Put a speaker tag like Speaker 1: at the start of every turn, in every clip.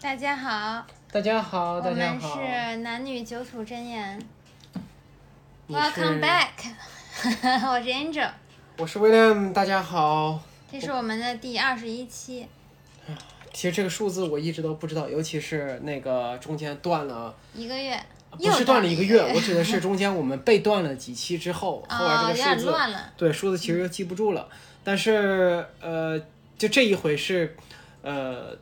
Speaker 1: 大家好，
Speaker 2: 大家好，
Speaker 1: 我
Speaker 2: 大家
Speaker 1: 们
Speaker 2: 好，
Speaker 1: 是男女九土真言。
Speaker 2: 你是
Speaker 1: Welcome back，我 是 Angel，
Speaker 2: 我是 William，大家好。
Speaker 1: 这是我们的第二十一期。
Speaker 2: 其实这个数字我一直都不知道，尤其是那个中间断了，啊
Speaker 1: 一个月
Speaker 2: 不
Speaker 1: 又
Speaker 2: 是
Speaker 1: 断
Speaker 2: 断了一个月，我指的是中间我们被断了几期 之后，后
Speaker 1: 啊、
Speaker 2: 来
Speaker 1: 有
Speaker 2: 这个
Speaker 1: 点
Speaker 2: 数字，
Speaker 1: 乱了。
Speaker 2: 对数字其实就记不住了。但是呃，就这一回是，呃，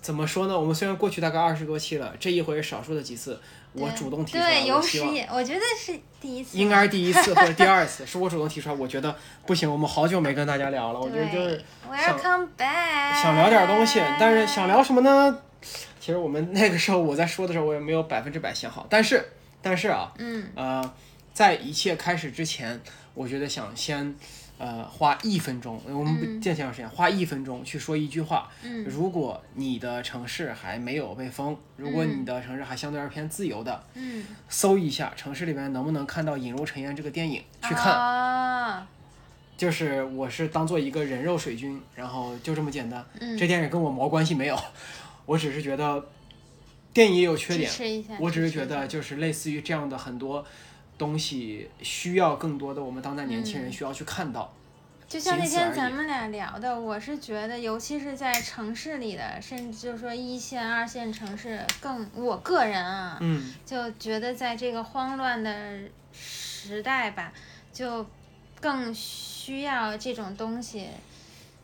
Speaker 2: 怎么说呢？我们虽然过去大概二十多期了，这一回少数的几次我
Speaker 1: 对
Speaker 2: 主动提出来，
Speaker 1: 对，有
Speaker 2: 我希
Speaker 1: 史
Speaker 2: 望
Speaker 1: 以，我觉得是第一次。
Speaker 2: 应该是第一次或者第二次，是 我主动提出来。我觉得不行，我们好久没跟大家聊了，我觉得就是。
Speaker 1: 对，Welcome 哎 back。
Speaker 2: 想聊点东西，但是想聊什么呢？其实我们那个时候我在说的时候，我也没有百分之百想好。但是，但是啊，
Speaker 1: 嗯，
Speaker 2: 呃，在一切开始之前，我觉得想先，呃，花一分钟，我们不见想有时间，花一分钟去说一句话。
Speaker 1: 嗯，
Speaker 2: 如果你的城市还没有被封，如果你的城市还相对而偏自由的，
Speaker 1: 嗯，
Speaker 2: 搜一下城市里面能不能看到《引入尘烟》这个电影去看。
Speaker 1: 啊看。
Speaker 2: 就是我是当做一个人肉水军，然后就这么简单。
Speaker 1: 嗯
Speaker 2: 这电影跟我毛关系没有，我只是觉得电影也有缺
Speaker 1: 支
Speaker 2: 点，
Speaker 1: 持一下。
Speaker 2: 我只是嗯
Speaker 1: 支持
Speaker 2: 觉
Speaker 1: 一下
Speaker 2: 得就是类似于这样的很多东西需要更多的我们当代年轻人需要去看到。
Speaker 1: 就像那
Speaker 2: 仅此而
Speaker 1: 天
Speaker 2: 已
Speaker 1: 咱们俩聊的，我是觉得，尤其是在城市里的，甚至就是说一线、二线城市，更我个人啊，
Speaker 2: 嗯，
Speaker 1: 就觉得在这个慌乱的时代吧，就更需要这种东西。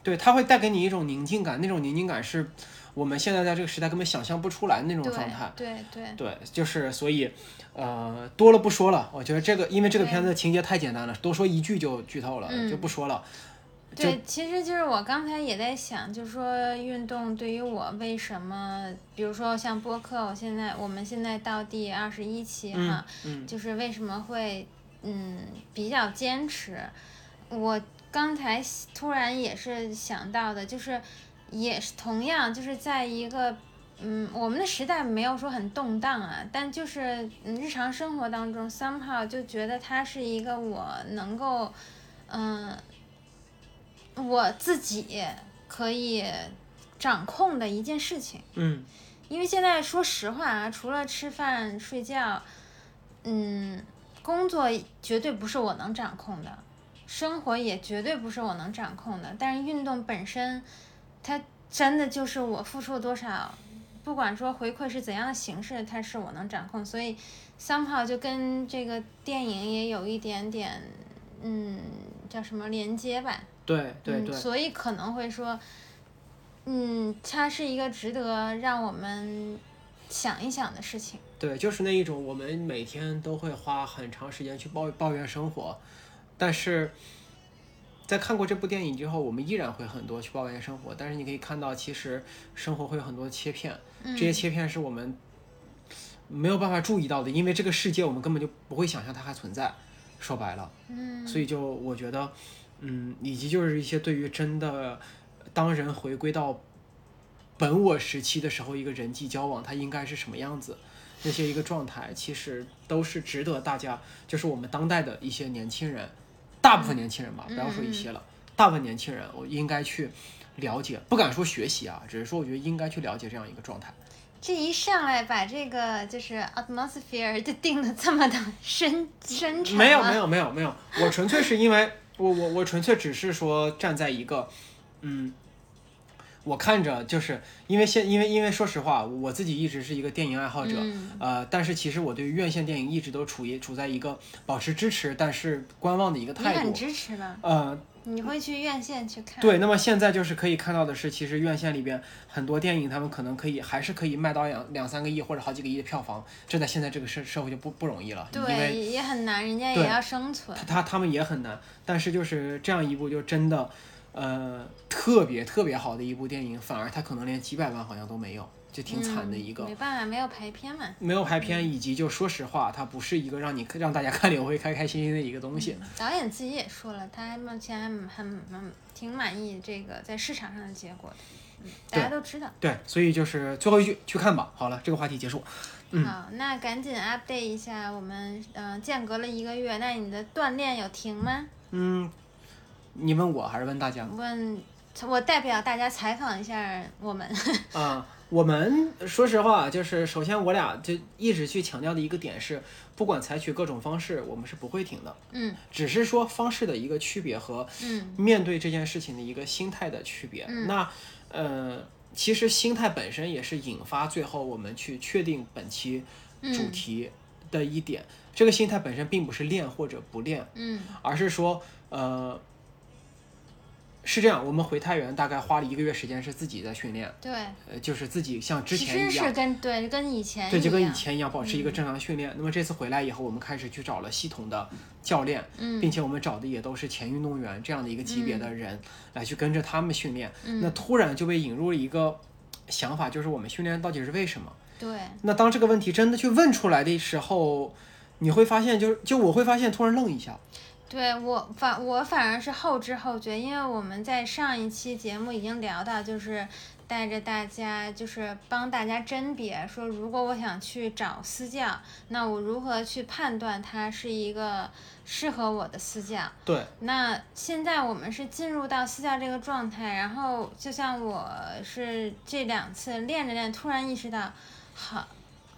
Speaker 2: 对，它会带给你一种宁静感，那种宁静感是我们现在在这个时代根本想象不出来的那种
Speaker 1: 对
Speaker 2: 状态。
Speaker 1: 对对，
Speaker 2: 对，就是所以，呃，多了不说了。我觉得这个，因为这个
Speaker 1: 对
Speaker 2: 片子情节太简单了，多说一句就剧透了，
Speaker 1: 嗯
Speaker 2: 就不说了。就
Speaker 1: 对，其实就是我刚才也在想，就是说运动对于我为什么，比如说像播客，我现在我们现在到第二十一期哈。
Speaker 2: 嗯嗯，
Speaker 1: 就是为什么会嗯比较坚持。我刚才突然也是想到的，就是也是同样就是在一个。嗯，我们的时代没有说很动荡啊，但就是嗯日常生活当中，somehow 就觉得它是一个我能够，嗯、我自己可以掌控的一件事情。
Speaker 2: 嗯，
Speaker 1: 因为现在说实话啊，除了吃饭睡觉，嗯，工作绝对不是我能掌控的，生活也绝对不是我能掌控的。但是运动本身，它真的就是我付出多少，不管说回馈是怎样的形式，它是我能掌控。所以 somehow 就跟这个电影也有一点点，嗯，叫什么连接吧。
Speaker 2: 对对
Speaker 1: 嗯，
Speaker 2: 对，
Speaker 1: 所以可能会说，嗯，它是一个值得让我们想一想的事情。
Speaker 2: 对，就是那一种我们每天都会花很长时间去抱抱怨生活，但是在看过这部电影之后，我们依然会很多去抱怨生活，但是你可以看到，其实生活会有很多切片，
Speaker 1: 嗯
Speaker 2: 这些切片是我们没有办法注意到的，因为这个世界我们根本就不会想象它还存在。说白了，
Speaker 1: 嗯，
Speaker 2: 所以就我觉得，嗯，以及就是一些对于真的当人回归到本我时期的时候，一个人际交往它应该是什么样子，那些一个状态，其实都是值得大家，就是我们当代的一些年轻人，大部分年轻人吧，
Speaker 1: 嗯
Speaker 2: 不要说一些了，大部分年轻人我应该去了解，不敢说学习啊，只是说我觉得应该去了解这样一个状态。
Speaker 1: 这一上来把这个就是 atmosphere 就定的这么的深深沉、啊，
Speaker 2: 没有没有没有没有，我纯粹是因为我我我纯粹只是说站在一个，嗯，我看着就是因为现因为因为说实话，我自己一直是一个电影爱好者，
Speaker 1: 嗯
Speaker 2: 呃，但是其实我对于院线电影一直都处于处在一个保持支持但是观望的一个
Speaker 1: 你
Speaker 2: 态
Speaker 1: 很
Speaker 2: 度，
Speaker 1: 支持吧？
Speaker 2: 呃，
Speaker 1: 你会去院线去看？
Speaker 2: 对，那么现在就是可以看到的是，其实院线里边很多电影，他们可能可以还是可以卖到两两三个亿或者好几个亿的票房，这在现在这个社社会就不不容易了，因为
Speaker 1: 对，也很难，人家
Speaker 2: 对
Speaker 1: 也要生存
Speaker 2: 他。他他们也很难，但是就是这样一部就真的，呃，特别特别好的一部电影，反而他可能连几百万好像都没有，就挺惨的一个。
Speaker 1: 嗯没办法，没有排片嘛。
Speaker 2: 没有排片，以及就说实话，它不是一个让你让大家 看了也会开开心心的一个东西。
Speaker 1: 导演自己也说了，他还目前还蛮很蛮挺满意这个在市场上的结果的，嗯，大家都知道。
Speaker 2: 对，所以就是最后一句，去看吧。好了，这个话题结束。嗯
Speaker 1: 好，那赶紧 update 一下，我们嗯、呃间隔了一个月，那你的锻炼有停吗？
Speaker 2: 嗯，你问我还是问大家？
Speaker 1: 问，我代表大家采访一下我们，
Speaker 2: 啊、我们说实话，就是首先我俩就一直去强调的一个点是，不管采取各种方式，我们是不会停的，
Speaker 1: 嗯
Speaker 2: 只是说方式的一个区别和
Speaker 1: 嗯
Speaker 2: 面对这件事情的一个心态的区别。
Speaker 1: 嗯
Speaker 2: 那呃，其实心态本身也是引发最后我们去确定本期主
Speaker 1: 嗯
Speaker 2: 题的一点。这个心态本身并不是练或者不练，
Speaker 1: 嗯
Speaker 2: 而是说，呃，是这样，我们回太原大概花了一个月时间是自己在训练，
Speaker 1: 对，
Speaker 2: 呃，就是自己像之
Speaker 1: 其
Speaker 2: 前
Speaker 1: 实
Speaker 2: 一
Speaker 1: 是
Speaker 2: 样。
Speaker 1: 跟对跟以前
Speaker 2: 对，就跟
Speaker 1: 一
Speaker 2: 以
Speaker 1: 哎样，嗯
Speaker 2: 前一样，保持一个正常训练。那么这次回来以后，我们开始去找了系统的教练，并
Speaker 1: 嗯
Speaker 2: 且我们找的也都是前运动员这样的一个级别的人来去跟着他们训练。那
Speaker 1: 嗯
Speaker 2: 突然就被引入了一个想法，就是我们训练到底是为什么？
Speaker 1: 对，
Speaker 2: 那当这个问题真的去问出来的时候，你会发现就，就我会发现突然愣一下。
Speaker 1: 对我反我反而是后知后觉，因为我们在上一期节目已经聊到，就是带着大家，就是帮大家甄别，说如果我想去找私教，那我如何去判断它是一个适合我的私教？
Speaker 2: 对，
Speaker 1: 那现在我们是进入到私教这个状态，然后就像我是这两次练着练，突然意识到，好，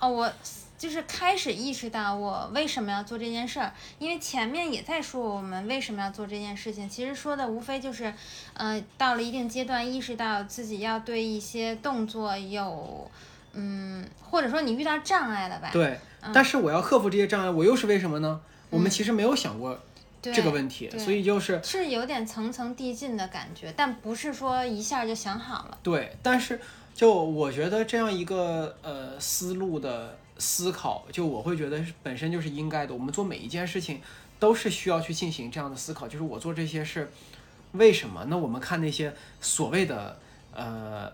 Speaker 1: 哦，我就是开始意识到我为什么要做这件事儿，因为前面也在说我们为什么要做这件事情，其实说的无非就是，呃，到了一定阶段，意识到自己要对一些动作有，嗯，或者说你遇到障碍了吧？
Speaker 2: 对，
Speaker 1: 嗯
Speaker 2: 但是我要克服这些障碍，我又是为什么呢？我们其实没有想过
Speaker 1: 对
Speaker 2: 这个问题，
Speaker 1: 对
Speaker 2: 所以就是
Speaker 1: 是有点层层递进的感觉，但不是说一下就想好了。
Speaker 2: 对，但是就我觉得这样一个呃思路的思考，就我会觉得是本身就是应该的。我们做每一件事情都是需要去进行这样的思考，就是我做这些事为什么？那我们看那些所谓的呃。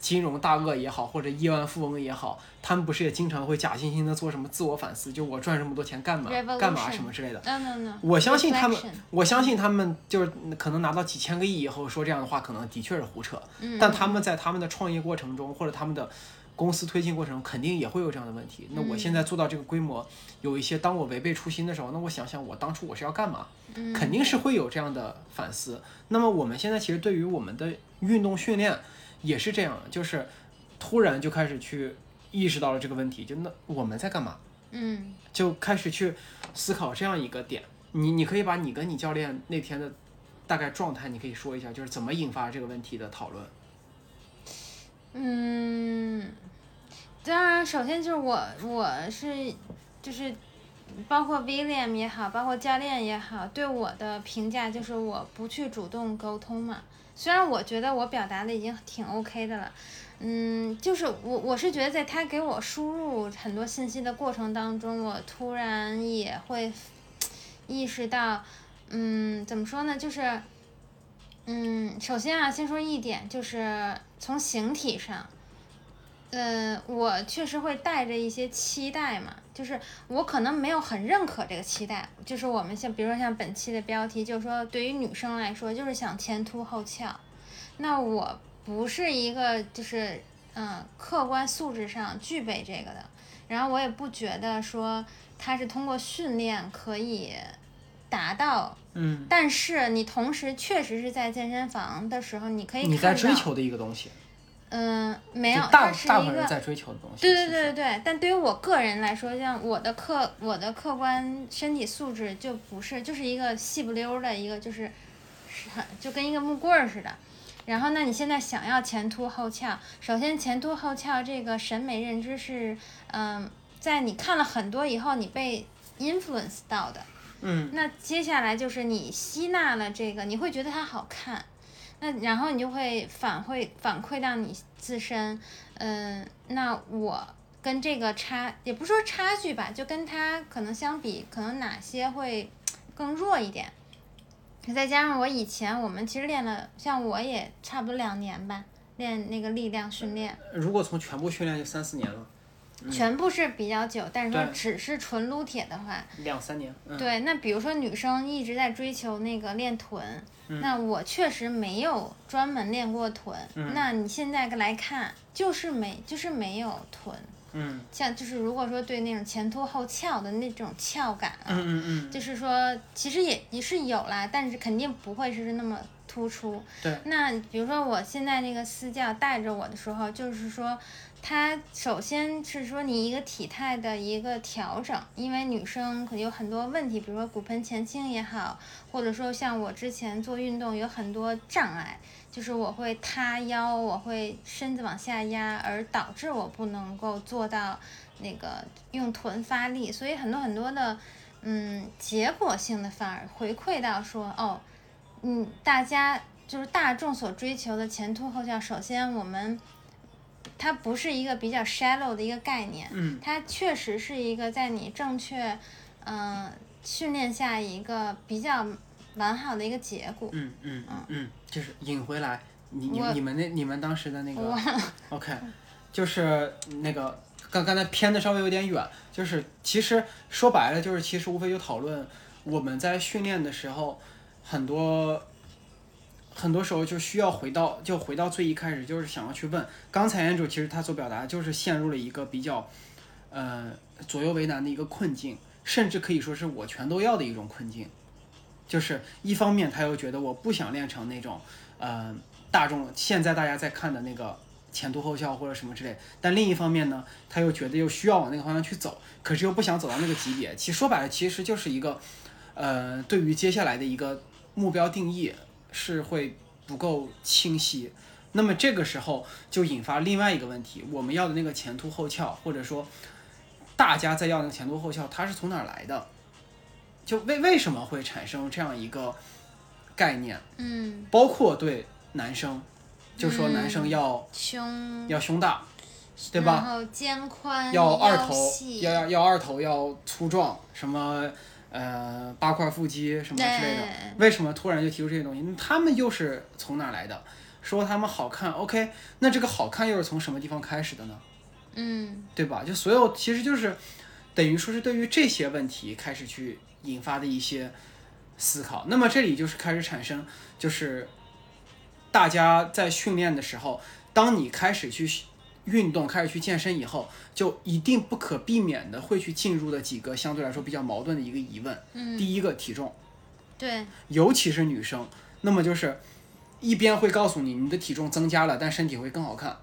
Speaker 2: 金融大鳄也好，或者亿万富翁也好，他们不是也经常会假惺惺的做什么自我反思，就我赚这么多钱干嘛干嘛
Speaker 1: Revolution
Speaker 2: 什么之类的。
Speaker 1: no no no，
Speaker 2: 我相信他们
Speaker 1: 嗯 Reflection，
Speaker 2: 我相信他们就是可能拿到几千个亿以后说这样的话，可能的确是胡扯。
Speaker 1: 嗯，
Speaker 2: 但他们在他们的创业过程中，或者他们的公司推进过程中，肯定也会有这样的问题。那我现
Speaker 1: 嗯
Speaker 2: 在做到这个规模，有一些当我违背初心的时候，那我想想我当初我是要干嘛，
Speaker 1: 嗯
Speaker 2: 肯定是会有这样的反思。那么我们现在其实对于我们的运动训练也是这样，就是突然就开始去意识到了这个问题，就那我们在干嘛？
Speaker 1: 嗯
Speaker 2: 就开始去思考这样一个点。你你可以把你跟你教练那天的大概状态，你可以说一下，就是怎么引发这个问题的讨论。
Speaker 1: 嗯，当然，首先就是我我是就是包括 William 也好，包括教练也好，对我的评价就是我不去主动沟通嘛。虽然我觉得我表达的已经挺 OK 的了，嗯，就是我我是觉得在他给我输入很多信息的过程当中，我突然也会意识到，嗯，怎么说呢，就是。嗯，首先啊，先说一点，就是从形体上，呃，我确实会带着一些期待嘛，就是我可能没有很认可这个期待，就是我们像比如说像本期的标题，就是说对于女生来说，就是想前凸后翘，那我不是一个就是嗯、呃客观素质上具备这个的，然后我也不觉得说它是通过训练可以达到
Speaker 2: 嗯，
Speaker 1: 但是你同时确实是在健身房的时候，你可以
Speaker 2: 你在
Speaker 1: 哎看
Speaker 2: 追
Speaker 1: 到，
Speaker 2: 求的一个东西，
Speaker 1: 嗯、没
Speaker 2: 就
Speaker 1: 有，
Speaker 2: 大
Speaker 1: 它是
Speaker 2: 大部
Speaker 1: 一
Speaker 2: 分人
Speaker 1: 个，
Speaker 2: 在追求的东西。
Speaker 1: 对对
Speaker 2: 其
Speaker 1: 对
Speaker 2: 实，
Speaker 1: 对。但对于我个人来说，像我的客我的客观身体素质就不是，就是一个细不溜儿的一个，就是是很就跟一个木棍儿似的。然后，那你现在想要前凸后翘，首先前凸后翘这个审美认知是，嗯、在你看了很多以后，你被 influence 到的。
Speaker 2: 嗯，
Speaker 1: 那接下来就是你吸纳了这个，你会觉得它好看，那然后你就会反馈反馈到你自身，嗯，那我跟这个差也不是说差距吧，就跟它可能相比，可能哪些会更弱一点。再加上我以前我们其实练了，像我也差不多两年吧，练那个力量训练，
Speaker 2: 如果从全部训练就三四年了，
Speaker 1: 全部是比较久，但是说
Speaker 2: 对
Speaker 1: 只是纯撸铁的话，
Speaker 2: 两三年。嗯，
Speaker 1: 对，那比如说女生一直在追求那个练臀，那我确实没有专门练过臀。那你现在来看，就是没就是没有臀，
Speaker 2: 嗯
Speaker 1: 像就是如果说对那种前凸后翘的那种翘感啊，
Speaker 2: 嗯嗯嗯，
Speaker 1: 就是说其实也也是有啦，但是肯定不会是那么突出。
Speaker 2: 对。
Speaker 1: 那比如说我现在那个私教带着我的时候，就是说，他首先是说你一个体态的一个调整，因为女生可能有很多问题，比如说骨盆前倾也好，或者说像我之前做运动有很多障碍，就是我会塌腰，我会身子往下压，而导致我不能够做到那个用臀发力，所以很多很多的。嗯，结果性的反而回馈到说，哦，嗯，大家就是大众所追求的前凸后翘，首先我们它不是一个比较 shallow 的一个概念，
Speaker 2: 嗯，
Speaker 1: 它确实是一个在你正确嗯、呃训练下一个比较完好的一个结果。
Speaker 2: 嗯嗯嗯嗯，就是引回来你你
Speaker 1: 我
Speaker 2: 你们那你们当时的那
Speaker 1: 我
Speaker 2: 个
Speaker 1: 忘了，
Speaker 2: OK，就是那个刚刚才偏的稍微有点远，就是其实说白了就是其实无非就讨论我们在训练的时候很多。很多时候就需要回到，就回到最一开始，就是想要去问。刚才 Andrew 其实他所表达就是陷入了一个比较，呃，左右为难的一个困境，甚至可以说是我全都要的一种困境。就是一方面他又觉得我不想练成那种，呃，大众现在大家在看的那个前凸后翘或者什么之类。但另一方面呢，他又觉得又需要往那个方向去走，可是又不想走到那个级别。其实说白了，其实就是一个，呃，对于接下来的一个目标定义是会不够清晰。那么这个时候就引发另外一个问题，我们要的那个前凸后翘，或者说大家在要那个前凸后翘，它是从哪儿来的？就为为什么会产生这样一个概念？
Speaker 1: 嗯，
Speaker 2: 包括对男生，就说
Speaker 1: 嗯
Speaker 2: 男生要、
Speaker 1: 胸，
Speaker 2: 要胸大，对吧
Speaker 1: 然后肩宽，
Speaker 2: 要二
Speaker 1: 腰
Speaker 2: 头，
Speaker 1: 嗯细
Speaker 2: 要要要二头要粗壮，什么呃八块腹肌什么之类的。
Speaker 1: 对
Speaker 2: 为什么突然就提出这些东西？那他们又是从哪来的？说他们好看，OK，那这个好看又是从什么地方开始的呢？
Speaker 1: 嗯
Speaker 2: 对吧？就所有其实就是等于说是对于这些问题开始去引发的一些思考。那么这里就是开始产生，就是大家在训练的时候，当你开始去运动、开始去健身以后，就一定不可避免的会去进入的几个相对来说比较矛盾的一个疑问。
Speaker 1: 嗯，
Speaker 2: 第一个体重。
Speaker 1: 对，
Speaker 2: 尤其是女生，那么就是一边会告诉你你的体重增加了，但身体会更好看，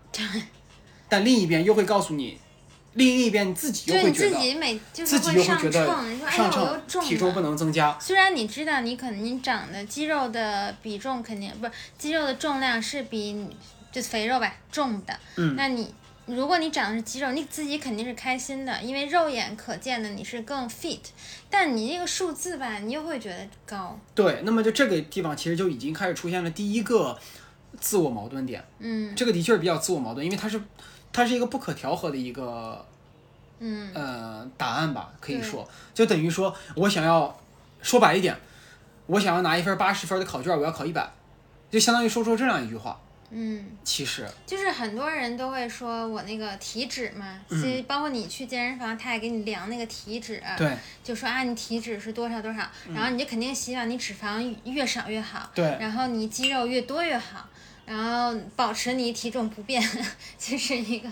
Speaker 2: 但另一边又会告诉你，另一边你自己又
Speaker 1: 就
Speaker 2: 会
Speaker 1: 你
Speaker 2: 觉
Speaker 1: 自
Speaker 2: 得
Speaker 1: 己每就是
Speaker 2: 自己又
Speaker 1: 上
Speaker 2: 会觉
Speaker 1: 秤，
Speaker 2: 得
Speaker 1: 你说哎
Speaker 2: 上
Speaker 1: 呀我又
Speaker 2: 秤
Speaker 1: 重
Speaker 2: 体
Speaker 1: 了
Speaker 2: 重不能增加，
Speaker 1: 虽然你知道你可能你长的肌肉的比重肯定不是肌肉的重量是比你就肥肉吧重的，
Speaker 2: 嗯
Speaker 1: 那你如果你长的是肌肉，你自己肯定是开心的，因为肉眼可见的你是更 fit，但你这个数字吧，你又会觉得高，
Speaker 2: 对，那么就这个地方其实就已经开始出现了第一个自我矛盾点，
Speaker 1: 嗯
Speaker 2: 这个的确是比较自我矛盾，因为它是它是一个不可调和的一个
Speaker 1: 嗯
Speaker 2: 呃答案吧，可以
Speaker 1: 对
Speaker 2: 说，就等于说我想要说白一点，我想要拿一份八十分的考卷，我要考一百，就相当于说出这样一句话。
Speaker 1: 嗯，
Speaker 2: 其实，
Speaker 1: 就是很多人都会说我那个体脂嘛，
Speaker 2: 嗯
Speaker 1: 其实包括你去健身房，他也给你量那个体脂，
Speaker 2: 对
Speaker 1: 就说啊你体脂是多少多少，然后你就肯定希望你脂肪越少越好。
Speaker 2: 嗯对
Speaker 1: 然后你肌肉越多越好，然后保持你体重不变， 就是一个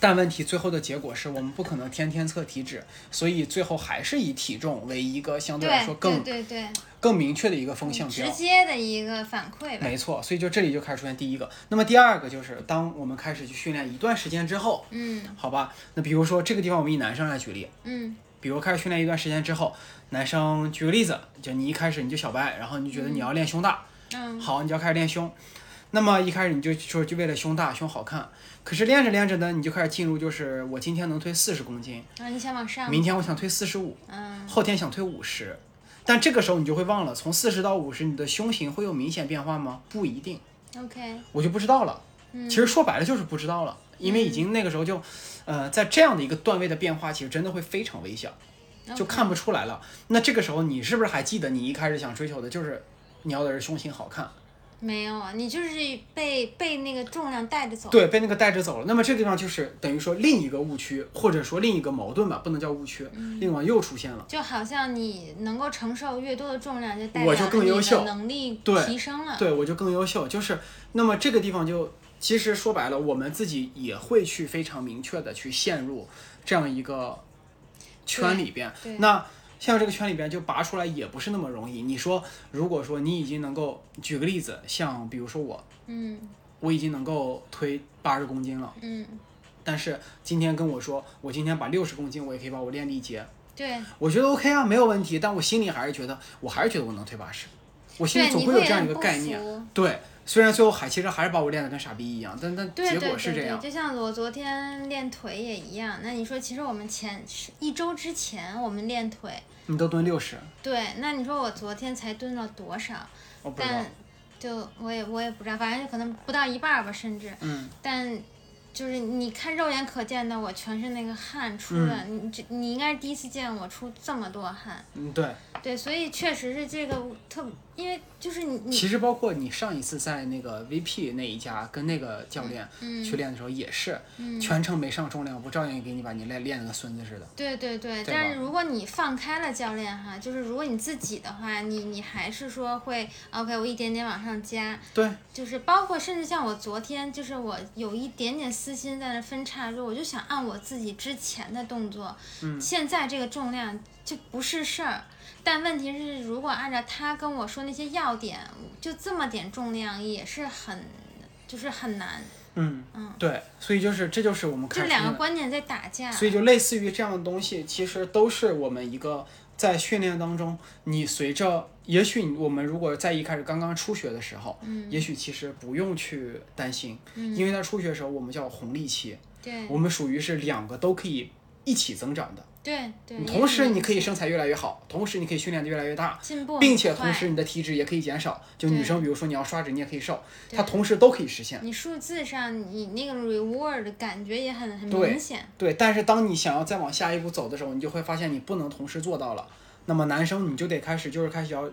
Speaker 2: 但问题最后的结果是我们不可能天天测体脂，所以最后还是以体重为一个相对来说
Speaker 1: 对
Speaker 2: 更
Speaker 1: 对对
Speaker 2: 更明确的一个风向
Speaker 1: 对，
Speaker 2: 标
Speaker 1: 直。接的一个反馈吧。
Speaker 2: 没错，所以就这里就开始出现第一个。那么第二个就是，当我们开始去训练一段时间之后，
Speaker 1: 嗯
Speaker 2: 好吧，那比如说这个地方我们以男生来举例，
Speaker 1: 嗯
Speaker 2: 比如开始训练一段时间之后，男生举个例子，就你一开始你就小白，然后你就觉得你要练胸大，
Speaker 1: 嗯
Speaker 2: 好，你就要开始练胸。那么一开始你就说就为了胸大胸好看，可是练着练着呢，你就开始进入就是我今天能推四十公斤，
Speaker 1: 然后啊你想往上，
Speaker 2: 明天我想推四十五，
Speaker 1: 嗯
Speaker 2: 后天想推五十。但这个时候你就会忘了，从四十到五十，你的胸型会有明显变化吗？不一定，
Speaker 1: ，OK，
Speaker 2: 我就不知道了。
Speaker 1: 嗯
Speaker 2: 其实说白了就是不知道了，因为已经那个时候就，呃，在这样的一个段位的变化，其实真的会非常微小。
Speaker 1: OK
Speaker 2: 就看不出来了。那这个时候，你是不是还记得你一开始想追求的就是你要的是胸型好看？
Speaker 1: 没有啊，你就是被被那个重量带着走。
Speaker 2: 对，被那个带着走了。那么这个地方就是等于说另一个误区，或者说另一个矛盾吧，不能叫误区，
Speaker 1: 嗯
Speaker 2: 另外又出现了。
Speaker 1: 就好像你能够承受越多的重量，就代
Speaker 2: 我
Speaker 1: 表
Speaker 2: 就更
Speaker 1: 你
Speaker 2: 优
Speaker 1: 的
Speaker 2: 秀
Speaker 1: 能力
Speaker 2: 对
Speaker 1: 提升了。
Speaker 2: 对我就更优秀，就是那么这个地方就其实说白了，我们自己也会去非常明确的去陷入这样一个圈里边
Speaker 1: 对。对
Speaker 2: 那像这个圈里边就拔出来也不是那么容易。你说，如果说你已经能够，举个例子，像比如说我，
Speaker 1: 嗯
Speaker 2: 我已经能够推八十公斤了，
Speaker 1: 嗯，
Speaker 2: 但是今天跟我说，我今天把六十公斤，我也可以把我练力竭，
Speaker 1: 对，
Speaker 2: 我觉得 OK 啊，没有问题。但我心里还是觉得，我还是觉得我能推八十，我心里
Speaker 1: 对，
Speaker 2: 总
Speaker 1: 你
Speaker 2: 会有
Speaker 1: 会
Speaker 2: 这样一
Speaker 1: 很
Speaker 2: 个
Speaker 1: 不
Speaker 2: 概念。
Speaker 1: 服。
Speaker 2: 对，虽然最后海其实还是把我练得跟傻逼一样，但但
Speaker 1: 对
Speaker 2: 结
Speaker 1: 对
Speaker 2: 果是
Speaker 1: 对
Speaker 2: 这
Speaker 1: 对，
Speaker 2: 样。
Speaker 1: 就像我昨天练腿也一样。那你说，其实我们前一周之前我们练腿，
Speaker 2: 你都蹲六十，
Speaker 1: 对，那你说我昨天才蹲了多少？
Speaker 2: 我不知道
Speaker 1: 但。就我也我也不知道，反正就可能不到一半儿吧，甚至。
Speaker 2: 嗯。
Speaker 1: 但就是你看肉眼可见的，我全身那个汗出了，你这你应该是第一次见我出这么多汗。
Speaker 2: 嗯，对，
Speaker 1: 对，所以确实是这个特，因为就是你你
Speaker 2: 其实包括你上一次在那个 VP 那一家跟那个教练
Speaker 1: 嗯
Speaker 2: 去练的时候，也是、全程没上重量，不照样给你把你练练得跟孙子似的。
Speaker 1: 对对对，
Speaker 2: 对
Speaker 1: 但
Speaker 2: 吧
Speaker 1: 是如果你放开了教练哈，就是如果你自己的话，你你还是说会啊 OK，我一点点往上加，
Speaker 2: 对，
Speaker 1: 就是包括甚至像我昨天，就是我有一点点私心在那分叉之后，我就想按我自己之前的动作，
Speaker 2: 嗯
Speaker 1: 现在这个重量就不是事儿。但问题是，如果按照他跟我说那些要点，就这么点重量也是很，就是很难，
Speaker 2: 嗯
Speaker 1: 嗯，
Speaker 2: 对，所以就是这就是我们
Speaker 1: 就
Speaker 2: 开始
Speaker 1: 两个
Speaker 2: 练
Speaker 1: 观念在打架。
Speaker 2: 所以就类似于这样的东西，其实都是我们一个在训练当中，你随着，也许你我们如果在一开始刚刚初学的时候，
Speaker 1: 嗯
Speaker 2: 也许其实不用去担心，
Speaker 1: 嗯，
Speaker 2: 因为在初学的时候我们叫红利期，
Speaker 1: 对
Speaker 2: 我们属于是两个都可以一起增长的，
Speaker 1: 对对。
Speaker 2: 你
Speaker 1: 也
Speaker 2: 同时
Speaker 1: 是
Speaker 2: 你可以身材越来越好，同时你可以训练的越来越大。
Speaker 1: 进步很快，
Speaker 2: 并且同时，你的体脂也可以减少。就女
Speaker 1: 对
Speaker 2: 生，比如说你要刷脂，你也可以瘦，它
Speaker 1: 对
Speaker 2: 同时都可以实现。
Speaker 1: 你数字上你那个 reward 的感觉也很很
Speaker 2: 对
Speaker 1: 明显。
Speaker 2: 对，但是当你想要再往下一步走的时候，你就会发现你不能同时做到了。那么男生你就得开始就是开始要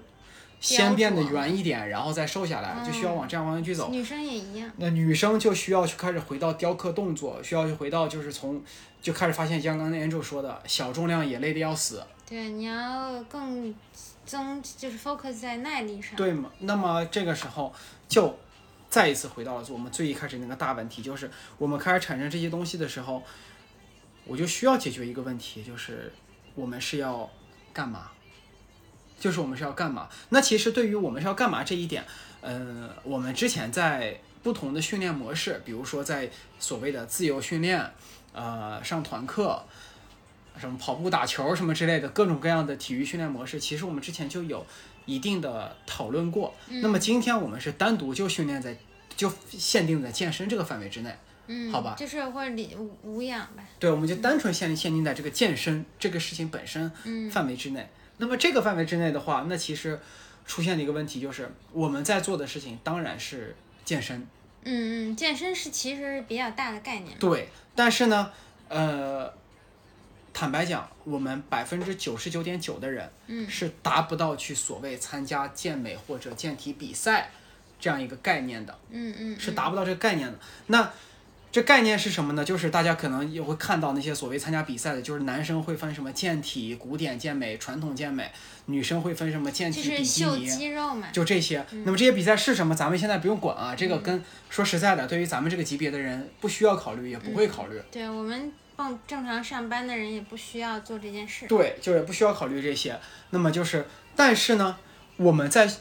Speaker 2: 先变得圆一点，然后再瘦下来，就需要往这样方向去走。
Speaker 1: 女生也一样，
Speaker 2: 那女生就需要去开始回到雕刻动作，需要去回到就是从就开始发现，像刚才 Andrew 说的，小重量也累得要死，
Speaker 1: 对，你要更增就是 focus 在耐力上。
Speaker 2: 对吗？那么这个时候就再一次回到了我们最一开始那个大问题，就是我们开始产生这些东西的时候，我就需要解决一个问题，就是我们是要干嘛？就是我们是要干嘛？那其实对于我们是要干嘛这一点，嗯、我们之前在不同的训练模式，比如说在所谓的自由训练，呃，上团课。什么跑步、打球什么之类的各种各样的体育训练模式，其实我们之前就有一定的讨论过。
Speaker 1: 嗯
Speaker 2: 那么今天我们是单独就训练在，就限定在健身这个范围之内。
Speaker 1: 嗯，
Speaker 2: 好吧
Speaker 1: 就是或者理无无氧吧。
Speaker 2: 对，我们就单纯限限定在这个健身这个事情本身
Speaker 1: 嗯
Speaker 2: 范围之内。那么这个范围之内的话，那其实出现的一个问题就是，我们在做的事情当然是健身，
Speaker 1: 嗯嗯，健身是其实是比较大的概念。
Speaker 2: 对，但是呢，呃，坦白讲，我们百分之九十九点九的人，
Speaker 1: 嗯
Speaker 2: 是达不到去所谓参加健美或者健体比赛这样一个概念的。
Speaker 1: 嗯嗯，
Speaker 2: 是
Speaker 1: 嗯
Speaker 2: 达不到这个概念的。那这概念是什么呢？就是大家可能也会看到那些所谓参加比赛的，就是男生会分什么健体、古典健美、传统健美，女生会分什么健
Speaker 1: 就
Speaker 2: 体、
Speaker 1: 是
Speaker 2: 比基
Speaker 1: 秀
Speaker 2: 尼，
Speaker 1: 肌嗯肉嘛。
Speaker 2: 就这些。那么这些比赛是什么？咱们现在不用管啊。
Speaker 1: 嗯
Speaker 2: 这个跟说实在的，对于咱们这个级别的人，不需要考虑，也不
Speaker 1: 嗯
Speaker 2: 会考虑。
Speaker 1: 对我们正正常上班的人也不需要做这件事。
Speaker 2: 对，就是不需要考虑这些。那么就是，但是呢，我们在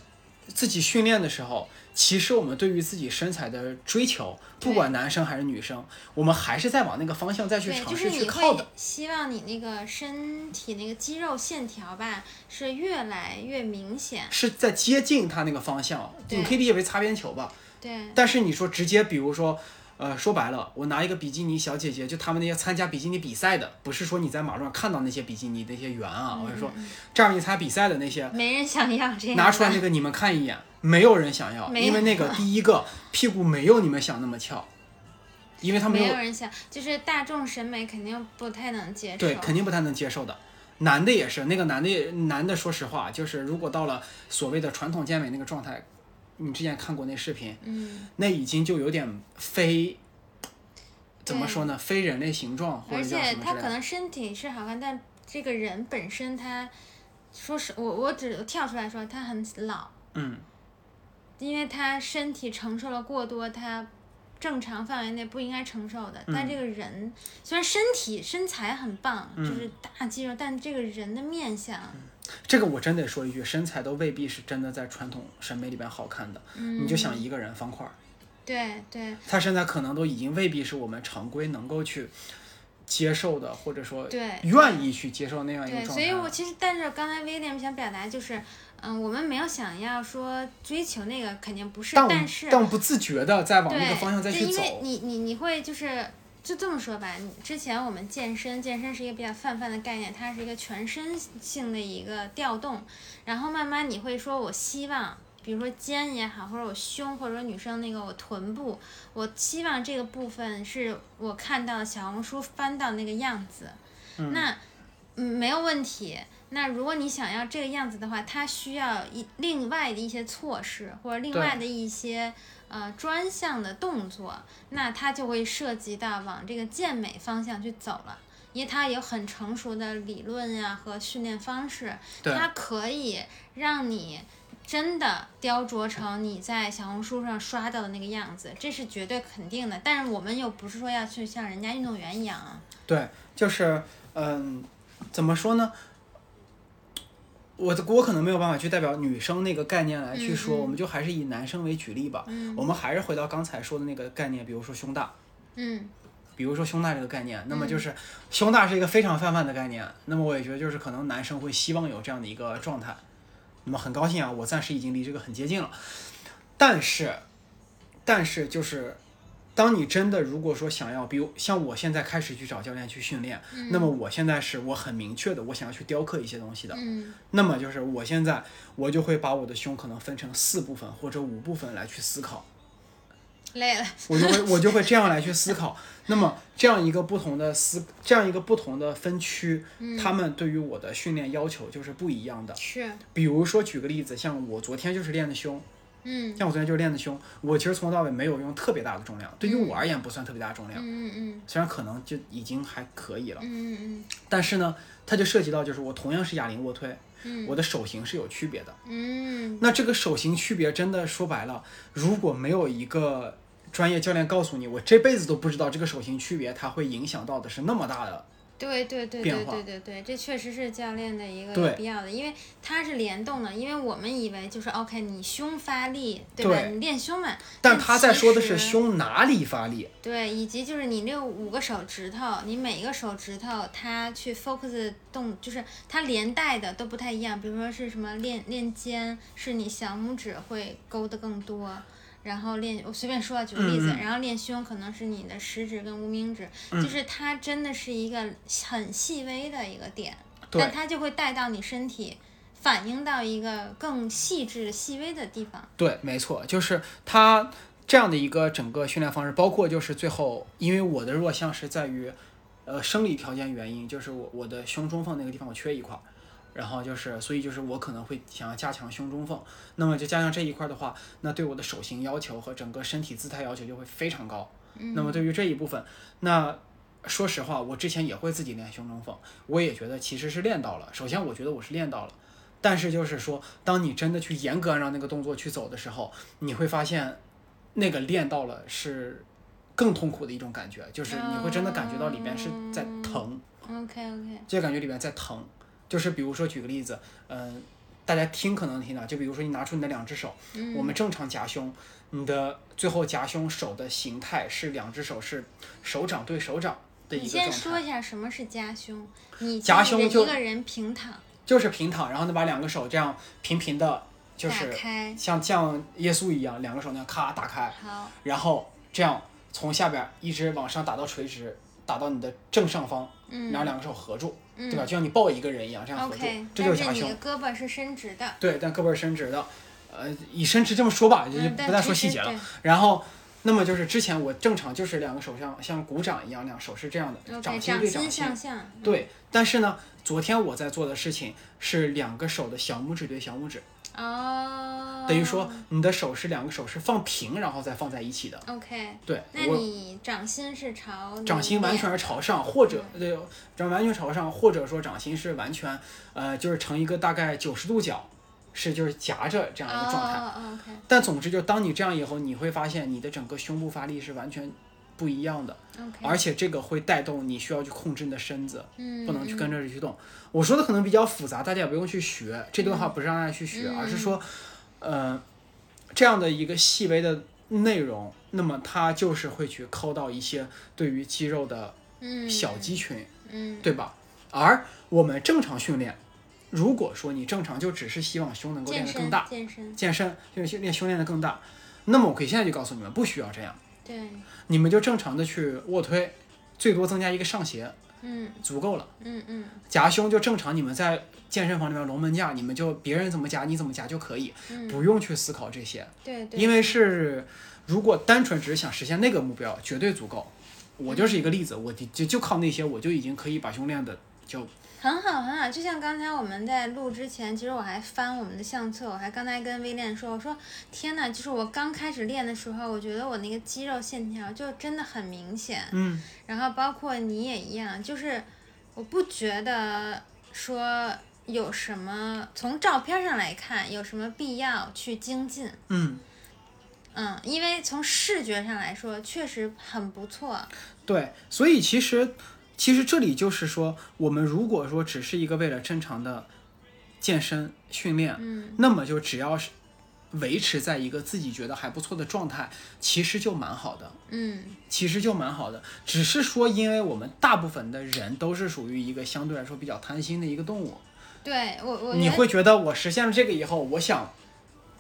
Speaker 2: 自己训练的时候，其实我们对于自己身材的追求，不
Speaker 1: 对
Speaker 2: 管男生还是女生，我们还是在往那个方向再去
Speaker 1: 对，
Speaker 2: 尝
Speaker 1: 就是
Speaker 2: 试去
Speaker 1: 你
Speaker 2: 靠的
Speaker 1: 会。希望你那个身体那个肌肉线条吧，是越来越明显。
Speaker 2: 是在接近他那个方向，
Speaker 1: 对
Speaker 2: 你可以理解为擦边球吧。
Speaker 1: 对，
Speaker 2: 但是你说直接，比如说，呃，说白了，我拿一个比基尼小姐姐，就他们那些参加比基尼比赛的，不是说你在马路上看到那些比基尼那些圆啊，我是说
Speaker 1: 嗯
Speaker 2: 这样你参加比赛的那些，
Speaker 1: 没人想要这样。
Speaker 2: 拿出来那个你们看一眼，没有人想要，
Speaker 1: 没有
Speaker 2: 因为 那个第一个屁股没有你们想那么翘，因为他
Speaker 1: 没
Speaker 2: 没有
Speaker 1: 有人想，就是大众审美肯定不太能接受。
Speaker 2: 对，肯定不太能接受的。男的也是，那个男的也男的，说实话，就是如果到了所谓的传统健美那个状态，你之前看过那视频，
Speaker 1: 嗯，
Speaker 2: 那已经就有点非，怎么
Speaker 1: 对
Speaker 2: 说呢？非人类形状或
Speaker 1: 而
Speaker 2: 者叫什
Speaker 1: 且
Speaker 2: 么
Speaker 1: 他
Speaker 2: 之类
Speaker 1: 可
Speaker 2: 的。
Speaker 1: 能身体是好看，但这个人本身他，说实我我只跳出来说他很老，
Speaker 2: 嗯，
Speaker 1: 因为他身体承受了过多他正常范围内不应该承受的。但
Speaker 2: 嗯
Speaker 1: 这个人虽然身体身材很棒，就是
Speaker 2: 嗯
Speaker 1: 大肌肉，但这个人的面相，
Speaker 2: 这个我真得说一句，身材都未必是真的在传统审美里边好看的。
Speaker 1: 嗯
Speaker 2: 你就想一个人方块儿，
Speaker 1: 对对
Speaker 2: 他身材可能都已经未必是我们常规能够去接受的，或者说
Speaker 1: 对
Speaker 2: 愿意去接受那样一个
Speaker 1: 对，
Speaker 2: 状态。啊
Speaker 1: 所以我其实，但是刚才威廉想表达就是，嗯，我们没有想要说追求那个，肯定不是，
Speaker 2: 但我
Speaker 1: 但是
Speaker 2: 但我不自觉的在往
Speaker 1: 对，
Speaker 2: 那个方向再
Speaker 1: 就
Speaker 2: 去
Speaker 1: 因为
Speaker 2: 走。
Speaker 1: 你你你会就是就这么说吧，你之前我们健身，健身是一个比较泛泛的概念，它是一个全身性的一个调动，然后慢慢你会说，我希望。比如说肩也好，或者我胸，或者说女生那个我臀部，我希望这个部分是我看到小红书翻到那个样子，那嗯没有问题。那如果你想要这个样子的话，它需要一另外的一些措施或者另
Speaker 2: 对
Speaker 1: 外的一些呃专项的动作，那它就会涉及到往这个健美方向去走了，因为它有很成熟的理论呀、和训练方式，
Speaker 2: 对
Speaker 1: 它可以让你。真的雕琢成你在小红书上刷到的那个样子，这是绝对肯定的。但是我们又不是说要去像人家运动员一样啊，
Speaker 2: 对，就是嗯，怎么说呢？我我可能没有办法去代表女生那个概念来去说，
Speaker 1: 嗯嗯
Speaker 2: 我们就还是以男生为举例吧。
Speaker 1: 嗯
Speaker 2: 我们还是回到刚才说的那个概念，比如说胸大，
Speaker 1: 嗯，
Speaker 2: 比如说胸大这个概念，那么就是胸大是一个非常泛泛的概念。那么我也觉得就是可能男生会希望有这样的一个状态。那么很高兴啊，我暂时已经离这个很接近了。但是，但是就是，当你真的如果说想要，比如像我现在开始去找教练去训练，那么我现在是我很明确的，我想要去雕刻一些东西的。
Speaker 1: 嗯
Speaker 2: 那么就是我现在我就会把我的胸可能分成四部分或者五部分来去思考。
Speaker 1: 累了，
Speaker 2: 我就会我就会这样来去思考。那么这样一个不同的思，这样一个不同的分区，
Speaker 1: 嗯
Speaker 2: 他们对于我的训练要求就是不一样的。
Speaker 1: 是，
Speaker 2: 比如说举个例子，像我昨天就是练的胸，
Speaker 1: 嗯
Speaker 2: 像我昨天就是练的胸，我其实从头到尾没有用特别大的重量，对于我而言不算特别大的重
Speaker 1: 嗯
Speaker 2: 量，
Speaker 1: 嗯
Speaker 2: 虽然可能就已经还可以
Speaker 1: 嗯
Speaker 2: 了，
Speaker 1: 嗯
Speaker 2: 但是呢，它就涉及到就是我同样是哑铃卧推，
Speaker 1: 嗯
Speaker 2: 我的手型是有区别的。
Speaker 1: 嗯
Speaker 2: 那这个手型区别真的说白了，如果没有一个专业教练告诉你，我这辈子都不知道这个手型区别它会影响到的是那么大的。
Speaker 1: 对对对
Speaker 2: 变
Speaker 1: 对
Speaker 2: 化
Speaker 1: 对对对，这确实是教练的一个
Speaker 2: 对
Speaker 1: 有必要的，因为它是联动的，因为我们以为就是 OK，你胸发力，对吧？
Speaker 2: 对
Speaker 1: 你练胸嘛，
Speaker 2: 但他在说的
Speaker 1: 其
Speaker 2: 是
Speaker 1: 实
Speaker 2: 胸哪里发力，
Speaker 1: 对，以及就是你这五个手指头，你每一个手指头它去 focus 的动，就是它连带的都不太一样。比如说是什么练练肩，是你小拇指会勾的更多，然后练我随便说啊，举个例子，
Speaker 2: 嗯嗯嗯
Speaker 1: 然后练胸可能是你的食指跟无名指，就是它真的是一个很细微的一个点，
Speaker 2: 对
Speaker 1: 但它就会带到你身体，反映到一个更细致细微的地方。
Speaker 2: 对，没错，就是他这样的一个整个训练方式，包括就是最后，因为我的弱项是在于，呃，生理条件原因，就是我我的胸中缝那个地方我缺一块儿，然后就是所以就是我可能会想要加强胸中缝，那么就加强这一块儿的话，那对我的手型要求和整个身体姿态要求就会非常高。那么对于这一部分，那。说实话，我之前也会自己练胸中缝，我也觉得其实是练到了。首先，我觉得我是练到了，但是就是说，当你真的去严格按照那个动作去走的时候，你会发现，那个练到了是更痛苦的一种感觉，就是你会真的感觉到里面是在疼，
Speaker 1: OK OK，
Speaker 2: 就感觉里面在疼。就是比如说举个例子，嗯、大家听可能听到，就比如说你拿出你的两只手，
Speaker 1: 嗯
Speaker 2: 我们正常夹胸，你的最后夹胸手的形态是两只手是手掌对手掌的
Speaker 1: 你
Speaker 2: 一个状
Speaker 1: 先
Speaker 2: 态
Speaker 1: 说。一下什么是夹胸？你
Speaker 2: 夹
Speaker 1: 将你的
Speaker 2: 胸就
Speaker 1: 一个人平躺
Speaker 2: 就是平躺，然后呢把两个手这样平平的，就
Speaker 1: 打
Speaker 2: 是
Speaker 1: 开，
Speaker 2: 像像耶稣一样，两个手那样咔打开，
Speaker 1: 好，
Speaker 2: 然后这样从下边一直往上打到垂直，打到你的正上方，
Speaker 1: 嗯
Speaker 2: 然后两个手合住，
Speaker 1: 嗯
Speaker 2: 对吧？就像你抱一个人一样，这样合住
Speaker 1: OK，
Speaker 2: 这就是夹
Speaker 1: 但是
Speaker 2: 胸
Speaker 1: 你。的胳膊是伸直的，
Speaker 2: 对，但胳膊是伸直的，呃，以伸直这么说吧，就
Speaker 1: 嗯
Speaker 2: 是
Speaker 1: 但
Speaker 2: 不再说
Speaker 1: 其实
Speaker 2: 细节了。
Speaker 1: 对
Speaker 2: 然后，那么就是之前我正常就是两个手像像鼓掌一样，两手是这样的，
Speaker 1: ，OK，
Speaker 2: 掌心对掌
Speaker 1: 心
Speaker 2: 心，
Speaker 1: 向下，嗯，
Speaker 2: 对。但是呢，昨天我在做的事情是两个手的小拇指对小拇指，
Speaker 1: 哦，
Speaker 2: 等于说你的手是两个手是放平，然后再放在一起的。
Speaker 1: OK，
Speaker 2: 对，
Speaker 1: 那
Speaker 2: 我
Speaker 1: 你掌心是朝
Speaker 2: 掌心完全是朝上，或者
Speaker 1: 嗯
Speaker 2: 对，掌完全朝上，或者说掌心是完全呃，就是成一个大概九十度角，是就是夹着这样一个状态。
Speaker 1: 哦哦，OK
Speaker 2: 但总之，就当你这样以后，你会发现你的整个胸部发力是完全不一样的，
Speaker 1: OK，
Speaker 2: 而且这个会带动你需要去控制你的身子，
Speaker 1: 嗯，
Speaker 2: 不能去跟着去动。我说的可能比较复杂，大家也不用去学。这段话不是让大家去学，
Speaker 1: 嗯
Speaker 2: 而是说，呃，这样的一个细微的内容，那么它就是会去抠到一些对于肌肉的
Speaker 1: 嗯
Speaker 2: 小肌群，
Speaker 1: 嗯
Speaker 2: 对吧？而我们正常训练，如果说你正常就只是希望胸能够
Speaker 1: 健
Speaker 2: 练得
Speaker 1: 身
Speaker 2: 更大，
Speaker 1: 健身
Speaker 2: 健身练训练胸练得更大，那么我可以现在就告诉你们，不需要这样，
Speaker 1: 对，
Speaker 2: 你们就正常的去卧推，最多增加一个上斜
Speaker 1: 嗯
Speaker 2: 足够了。
Speaker 1: 嗯嗯
Speaker 2: 夹胸就正常，你们在健身房里面龙门架，你们就别人怎么夹你怎么夹就可以，
Speaker 1: 嗯，
Speaker 2: 不用去思考这些，
Speaker 1: 对对，
Speaker 2: 因为是如果单纯只是想实现那个目标，绝对足够。我就是一个例子，我就就就靠那些，我就已经可以把胸练的就
Speaker 1: 很好，很好。就像刚才我们在录之前，其实我还翻我们的相册，我还刚才跟威廉说，我说天呐，就是我刚开始练的时候，我觉得我那个肌肉线条就真的很明显。
Speaker 2: 嗯
Speaker 1: 然后包括你也一样，就是我不觉得说有什么，从照片上来看有什么必要去精进。
Speaker 2: 嗯
Speaker 1: 嗯，因为从视觉上来说，确实很不错。
Speaker 2: 对，所以其实其实这里就是说，我们如果说只是一个为了正常的健身训练，
Speaker 1: 嗯，
Speaker 2: 那么就只要是维持在一个自己觉得还不错的状态，其实就蛮好的。
Speaker 1: 嗯
Speaker 2: 其实就蛮好的，只是说，因为我们大部分的人都是属于一个相对来说比较贪心的一个动物，，
Speaker 1: 对我我
Speaker 2: 你
Speaker 1: 觉得
Speaker 2: 会觉得我实现了这个以后，我想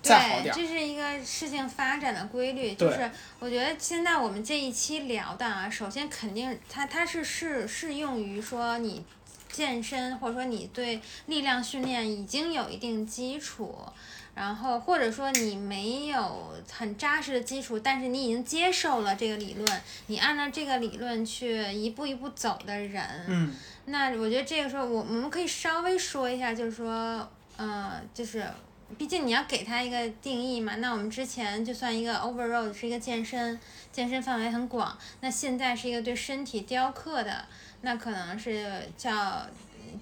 Speaker 2: 再好
Speaker 1: 对，
Speaker 2: 点儿。
Speaker 1: 这是一个事情发展的规律。就是我觉得现在我们这一期聊的啊，首先肯定它它是适适用于说你健身，或者说你对力量训练已经有一定基础。然后，或者说你没有很扎实的基础，但是你已经接受了这个理论，你按照这个理论去一步一步走的人，
Speaker 2: 嗯，
Speaker 1: 那我觉得这个时候，我我们可以稍微说一下，就是说，呃，就是，毕竟你要给它一个定义嘛。那我们之前就算一个 overall 是一个健身，健身范围很广，那现在是一个对身体雕刻的，那可能是叫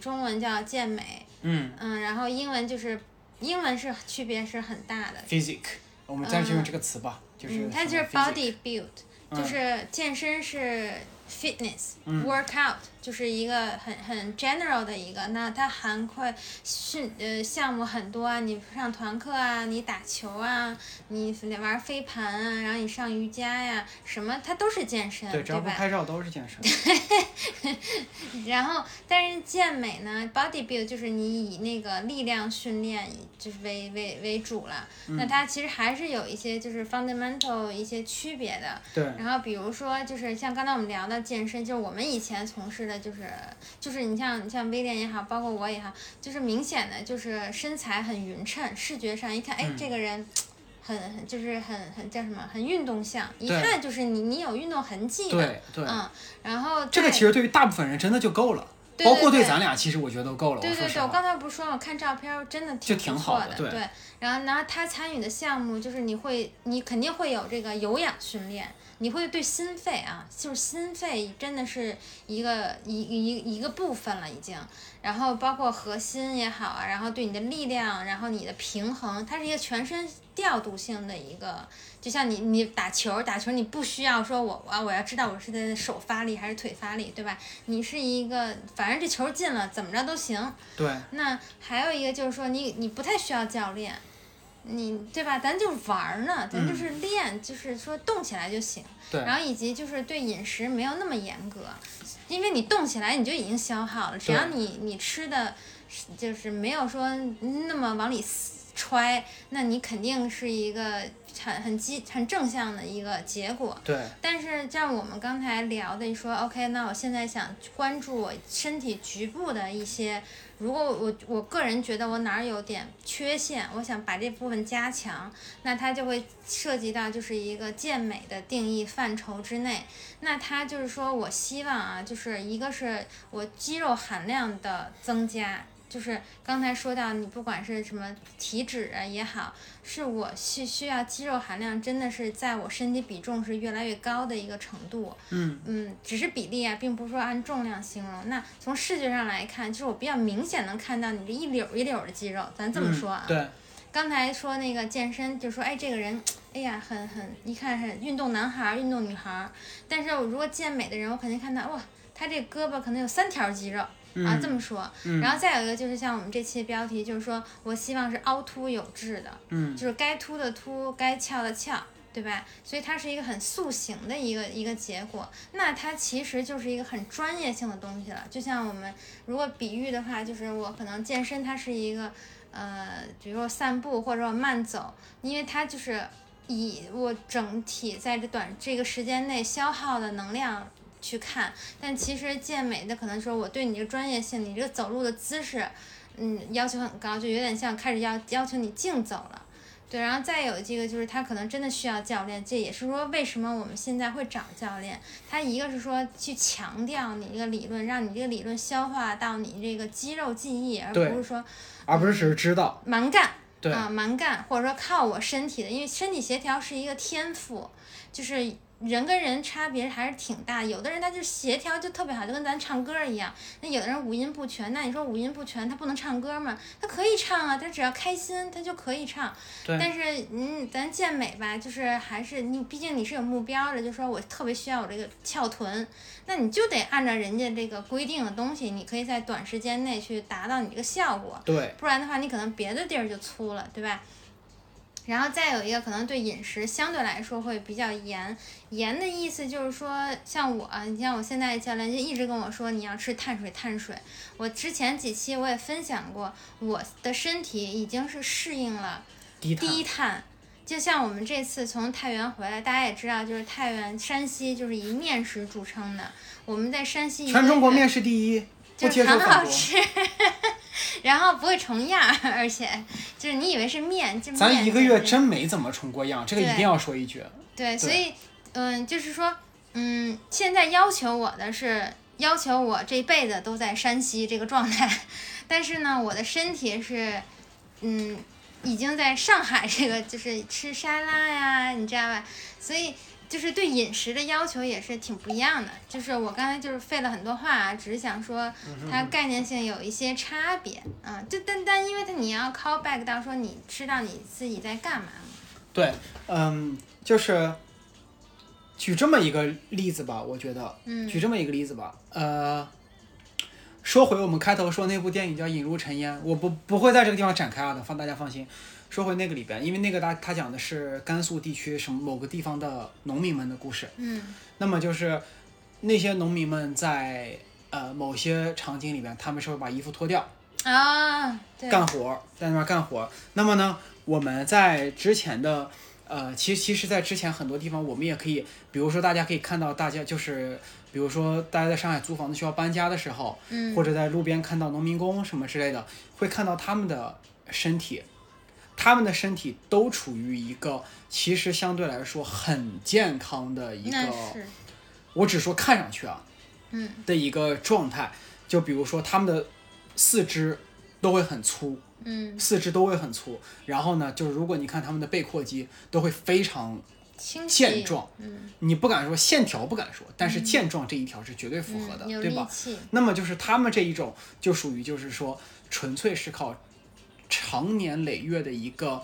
Speaker 1: 中文叫健美，
Speaker 2: 嗯
Speaker 1: 嗯，然后英文就是英文是区别是很大的，
Speaker 2: ，physique，我们暂时用这个词吧，就是
Speaker 1: 嗯，它就
Speaker 2: 什
Speaker 1: 是
Speaker 2: 么 physique
Speaker 1: body build，、就
Speaker 2: 嗯
Speaker 1: 是健身是 fitness、
Speaker 2: 嗯
Speaker 1: workout，就是一个很很 general 的一个。那它涵盖训呃项目很多啊，你上团课啊，你打球啊，你玩飞盘啊，然后你上瑜伽呀、什么它都是健身，
Speaker 2: 对，只要不
Speaker 1: 吧？
Speaker 2: 拍照都是健身。
Speaker 1: 然后，但是健美呢，body build 就是你以那个力量训练以就是为为为主了。
Speaker 2: 嗯
Speaker 1: 那它其实还是有一些就是 fundamental 一些区别的。
Speaker 2: 对，
Speaker 1: 然后比如说，就是像刚才我们聊的健身，就是我们以前从事的，就是就是你像你像威廉也好，包括我也好，就是明显的就是身材很匀称，视觉上一看，哎，这个
Speaker 2: 嗯
Speaker 1: 人很很就是很很叫什么，很运动相，一
Speaker 2: 对
Speaker 1: 看就是你你有运动痕迹的。
Speaker 2: 对对，
Speaker 1: 嗯，然后
Speaker 2: 这个
Speaker 1: 再
Speaker 2: 其实对于大部分人真的就够了，
Speaker 1: 对
Speaker 2: 包括
Speaker 1: 对
Speaker 2: 对咱俩，其实我觉得都够了。
Speaker 1: 对
Speaker 2: 我说
Speaker 1: 对
Speaker 2: 实
Speaker 1: 对，我
Speaker 2: 话，
Speaker 1: 刚才不是说我看照片儿真的
Speaker 2: 就
Speaker 1: 挺
Speaker 2: 挺
Speaker 1: 不
Speaker 2: 好
Speaker 1: 错
Speaker 2: 的对
Speaker 1: 然后然后他参与的项目就是你会，你肯定会有这个有氧训练，你会对心肺啊，就是心肺真的是一个一一一个部分了已经。然后包括核心也好啊，然后对你的力量，然后你的平衡，它是一个全身调度性的一个，就像你你打球打球，你不需要说我啊我要知道我是在手发力还是腿发力，对吧？你是一个反正这球进了怎么着都行。
Speaker 2: 对
Speaker 1: 那还有一个就是说你你不太需要教练，你对吧？咱就玩儿呢，咱就是练，就是说动起来就行。
Speaker 2: 嗯对
Speaker 1: 然后以及就是对饮食没有那么严格，因为你动起来你就已经消耗了，只
Speaker 2: 对
Speaker 1: 要你你吃的是，就是没有说那么往里撕揣，那你肯定是一个很很积很正向的一个结果。
Speaker 2: 对
Speaker 1: 但是像我们刚才聊的，说 OK，那我现在想关注我身体局部的一些，如果我我个人觉得我哪儿有点缺陷，我想把这部分加强，那它就会涉及到就是一个健美的定义范畴之内。那它就是说我希望啊，就是一个是我肌肉含量的增加。就是刚才说到，你不管是什么体脂啊也好，是我需需要肌肉含量真的是在我身体比重是越来越高的一个程度。
Speaker 2: 嗯
Speaker 1: 嗯，只是比例啊，并不是说按重量形容。那从视觉上来看，就是我比较明显能看到你这一绺一绺的肌肉，咱这么说啊。
Speaker 2: 嗯、对，
Speaker 1: 刚才说那个健身，就说哎，这个人，哎呀，很很，一看是运动男孩儿、运动女孩儿。但是我如果健美的人，我肯定看到哇，他这胳膊可能有三条肌肉啊，这么说。
Speaker 2: 嗯
Speaker 1: 然后再有一个就是像我们这期标题，就是说我希望是凹凸有致的，
Speaker 2: 嗯
Speaker 1: 就是该凸的凸，该翘的翘，对吧？所以它是一个很塑形的一个一个结果。那它其实就是一个很专业性的东西了。就像我们如果比喻的话，就是我可能健身，它是一个呃，比如说散步或者我慢走，因为它就是以我整体在这短这个时间内消耗的能量。去看，但其实健美的可能说我对你这个专业性，你这个走路的姿势，嗯，要求很高，就有点像开始要要求你竞走了。对，然后再有这个就是他可能真的需要教练，这也是说为什么我们现在会找教练。他一个是说去强调你这个理论，让你这个理论消化到你这个肌肉记忆，而
Speaker 2: 对
Speaker 1: 不是说
Speaker 2: 而不是只是知道。
Speaker 1: 蛮干
Speaker 2: 对
Speaker 1: 啊，蛮干，或者说靠我身体的，因为身体协调是一个天赋，就是人跟人差别还是挺大。有的人他就协调就特别好，就跟咱唱歌一样。那有的人五音不全，那你说五音不全他不能唱歌吗？他可以唱啊，他只要开心他就可以唱。
Speaker 2: 对
Speaker 1: 但是嗯，咱健美吧，就是还是你，毕竟你是有目标的，就说我特别需要我这个翘臀，那你就得按照人家这个规定的东西，你可以在短时间内去达到你这个效果。
Speaker 2: 对，
Speaker 1: 不然的话，你可能别的地儿就粗了，对吧？然后再有一个，可能对饮食相对来说会比较严。严的意思就是说，像我，你像我现在教练就一直跟我说你要吃碳水，碳水。我之前几期我也分享过，我的身体已经是适应 了
Speaker 2: 低碳，
Speaker 1: 低碳。就像我们这次从太原回来，大家也知道，就是太原山西就是以面食著称的。我们在山西一个
Speaker 2: 全中国
Speaker 1: 是
Speaker 2: 面食第一，不
Speaker 1: 就是
Speaker 2: 接受
Speaker 1: 很好
Speaker 2: 反驳。
Speaker 1: 吃， 然后不会重样儿，而且就是你以为是面，这
Speaker 2: 咱
Speaker 1: 面
Speaker 2: 一个月
Speaker 1: 就是
Speaker 2: 真没怎么重过样，这个一定要说一句。
Speaker 1: 对，所以嗯，就是说嗯，现在要求我的是要求我这辈子都在山西这个状态，但是呢，我的身体是嗯。已经在上海这个就是吃沙拉呀，你知道吧？所以就是对饮食的要求也是挺不一样的。就是我刚才就是费了很多话啊，只是想说它概念性有一些差别啊、就单单因为它你要 call back 到说你知道你自己在干嘛嘛
Speaker 2: 对，嗯，就是举这么一个例子吧，我觉得，
Speaker 1: 嗯
Speaker 2: 举这么一个例子吧，呃，说回我们开头说那部电影叫《引入尘烟》，我不不会在这个地方展开啊的，放大家放心。说回那个里边，因为那个他他讲的是甘肃地区什么某个地方的农民们的故事，
Speaker 1: 嗯
Speaker 2: 那么就是那些农民们在呃某些场景里边，他们是会把衣服脱掉。
Speaker 1: 啊，对，
Speaker 2: 干活儿，在那边干活儿。那么呢，我们在之前的，呃，其实其实，在之前很多地方，我们也可以，比如说大家可以看到，大家就是，比如说大家在上海租房子需要搬家的时候，
Speaker 1: 嗯
Speaker 2: 或者在路边看到农民工什么之类的，会看到他们的身体，他们的身体都处于一个其实相对来说很健康的一个，
Speaker 1: 那是
Speaker 2: 我只说看上去啊，
Speaker 1: 嗯，
Speaker 2: 的一个状态。就比如说他们的四肢都会很粗，
Speaker 1: 嗯
Speaker 2: 四肢都会很粗。然后呢，就是如果你看他们的背阔肌都会非常，
Speaker 1: 清晰
Speaker 2: 健壮，
Speaker 1: 嗯
Speaker 2: 你不敢说线条不敢说，但是健壮这一条是绝对符合的，
Speaker 1: 嗯，有
Speaker 2: 对
Speaker 1: 力
Speaker 2: 吧？
Speaker 1: 气，
Speaker 2: 那么就是他们这一种就属于就是说纯粹是靠长年累月的一个。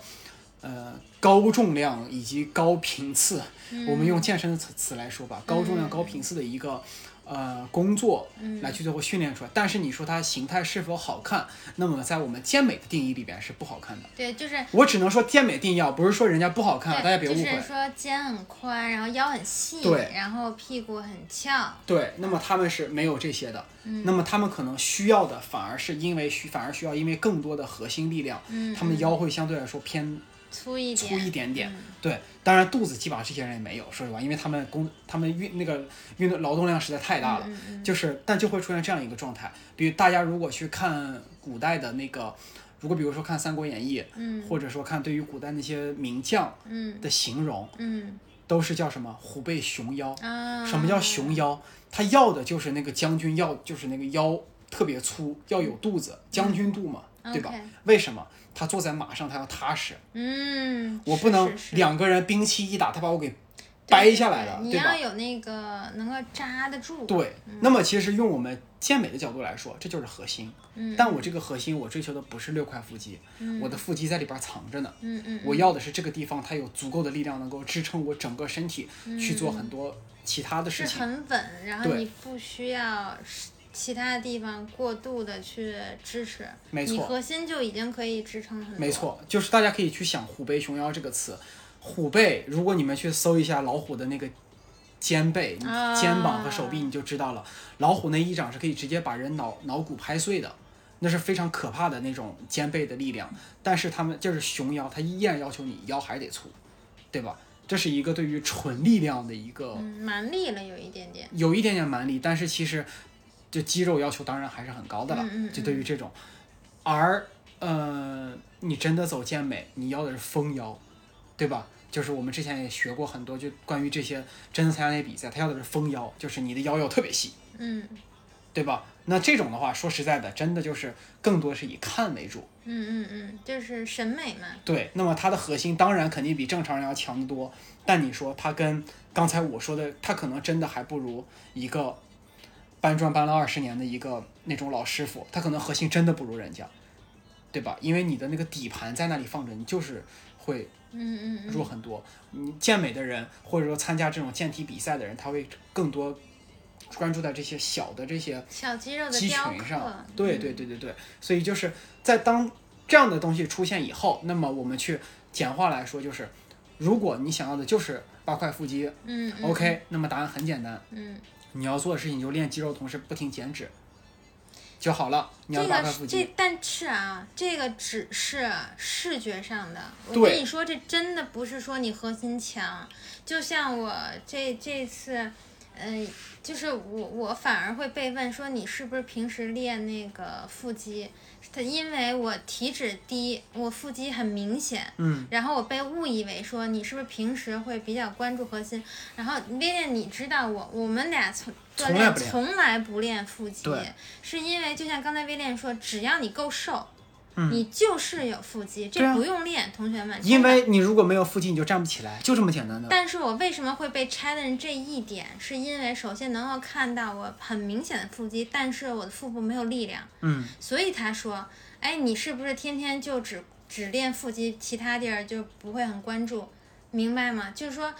Speaker 2: 呃，高重量以及高频次，
Speaker 1: 嗯
Speaker 2: 我们用健身的词词来说吧，高重量、高频次的一个呃工作，
Speaker 1: 嗯
Speaker 2: 来去最后训练出来。但是你说它形态是否好看，那么在我们健美的定义里边是不好看的。
Speaker 1: 对，就是
Speaker 2: 我只能说健美定义啊，不是说人家不好看啊，啊大家
Speaker 1: 对，
Speaker 2: 别
Speaker 1: 就
Speaker 2: 误
Speaker 1: 是
Speaker 2: 会。
Speaker 1: 说肩很宽，然后腰很细，
Speaker 2: 对
Speaker 1: 然后屁股很翘，
Speaker 2: 对，那么他们是没有这些的，
Speaker 1: 嗯
Speaker 2: 那么他们可能需要的反而是因为需反而需要因为更多的核心力量，
Speaker 1: 嗯，
Speaker 2: 他们的腰会相对来说偏
Speaker 1: 粗一
Speaker 2: 粗
Speaker 1: 点，
Speaker 2: 一
Speaker 1: 嗯
Speaker 2: 点点。对，当然肚子基本上这些人也没有，说实话，因为他们工他们运那个运动劳动量实在太
Speaker 1: 嗯
Speaker 2: 大了，就是但就会出现这样一个状态。比如大家如果去看古代的那个，如果比如说看《三国演义》，
Speaker 1: 嗯
Speaker 2: 或者说看对于古代那些名将
Speaker 1: 嗯
Speaker 2: 的形容，
Speaker 1: 嗯
Speaker 2: 都是叫什么虎背熊腰。
Speaker 1: 啊，
Speaker 2: 什么叫熊腰？他要的就是那个将军要，就是那个腰特别粗，要有肚子，将军肚嘛，对吧
Speaker 1: 嗯 OK
Speaker 2: 为什么他坐在马上他要踏实？
Speaker 1: 嗯，
Speaker 2: 我
Speaker 1: 是
Speaker 2: 不能
Speaker 1: 是是
Speaker 2: 两个人兵器一打，他把我给
Speaker 1: 对
Speaker 2: 掰
Speaker 1: 对
Speaker 2: 下
Speaker 1: 对
Speaker 2: 来了，
Speaker 1: 你
Speaker 2: 对吧
Speaker 1: 要？有嗯那个能够扎得住。
Speaker 2: 对，那么其实用我们健美的角度来说，这就是核心。
Speaker 1: 嗯
Speaker 2: 但我这个核心，我追求的不是六块腹肌，
Speaker 1: 嗯
Speaker 2: 我的腹肌在里边藏着呢。
Speaker 1: 嗯嗯，
Speaker 2: 我要的是这个地方，它有足够的力量能够支撑我整个身体去做很多其他的
Speaker 1: 嗯是
Speaker 2: 事情。
Speaker 1: 很稳，然后
Speaker 2: 对
Speaker 1: 你不需要是其他地方过度的去支持，
Speaker 2: 没
Speaker 1: 你
Speaker 2: 错
Speaker 1: 核心就已经可以支撑很多。
Speaker 2: 没，错，就是大家可以去想“虎背熊腰”这个词。虎背，如果你们去搜一下老虎的那个肩背、你
Speaker 1: 啊
Speaker 2: 肩膀和手臂，你就知道了。老虎那一掌是可以直接把人脑脑骨拍碎的，那是非常可怕的那种肩背的力量。但是他们就是熊腰，它依然要求你腰还得粗，对吧？这是一个对于纯力量的一个
Speaker 1: 嗯，蛮力了有一点点。
Speaker 2: 有一点点蛮力，但是其实就肌肉要求当然还是很高的了。
Speaker 1: 嗯嗯
Speaker 2: 就对于这种，而呃，你真的走健美，你要的是丰腰，对吧？就是我们之前也学过很多，就关于这些真的参加那些比赛，他要的是丰腰，就是你的腰要特别细，
Speaker 1: 嗯
Speaker 2: 对吧？那这种的话，说实在的，真的就是更多是以看为主。
Speaker 1: 嗯嗯嗯，就是审美嘛。
Speaker 2: 对，那么它的核心当然肯定比正常人要强得多，但你说它跟刚才我说的，它可能真的还不如一个搬砖搬了二十年的一个那种老师傅，他可能核心真的不如人家，对吧？因为你的那个底盘在那里放着，你就是会
Speaker 1: 嗯嗯嗯，
Speaker 2: 弱很多。你健美的人，或者说参加这种健体比赛的人，他会更多关注在这些小的这些
Speaker 1: 小肌肉的
Speaker 2: 肌
Speaker 1: 雕
Speaker 2: 群
Speaker 1: 刻嗯
Speaker 2: 上。。对对对对对，所以就是在当这样的东西出现以后，那么我们去简化来说，就是如果你想要的就是八块腹肌、
Speaker 1: 嗯嗯
Speaker 2: o k 那么答案很简单，
Speaker 1: 嗯，
Speaker 2: 你要做的事情就练肌肉，同时不停减脂就好了。你要
Speaker 1: 这
Speaker 2: 八块
Speaker 1: 个
Speaker 2: 腹
Speaker 1: 是
Speaker 2: 肌，
Speaker 1: 这，但是啊，这个只是视觉上的。我
Speaker 2: 对
Speaker 1: 跟你说，这真的不是说你核心强，就像我这这次，嗯、就是我我反而会被问说你是不是平时练那个腹肌？它因为我体脂低，我腹肌很明显，
Speaker 2: 嗯，
Speaker 1: 然后我被误以为说你是不是平时会比较关注核心，然后薇薇，你知道我我们俩从锻炼
Speaker 2: 从来不练
Speaker 1: 从来不练腹肌
Speaker 2: 对，
Speaker 1: 是因为就像刚才威廉说，只要你够瘦，
Speaker 2: 嗯
Speaker 1: 你就是有腹肌，
Speaker 2: 对
Speaker 1: 这
Speaker 2: 啊
Speaker 1: 不用练，同学们。真
Speaker 2: 因
Speaker 1: 的
Speaker 2: 为你如果没有腹肌，你就站不起来，就这么简单的。
Speaker 1: 但是我为什么会被 challenge 这一点，是因为首先能够看到我很明显的腹肌，但是我的腹部没有力量，
Speaker 2: 嗯，
Speaker 1: 所以他说，哎，你是不是天天就只只练腹肌，其他地儿就不会很关注，明白吗？就是说，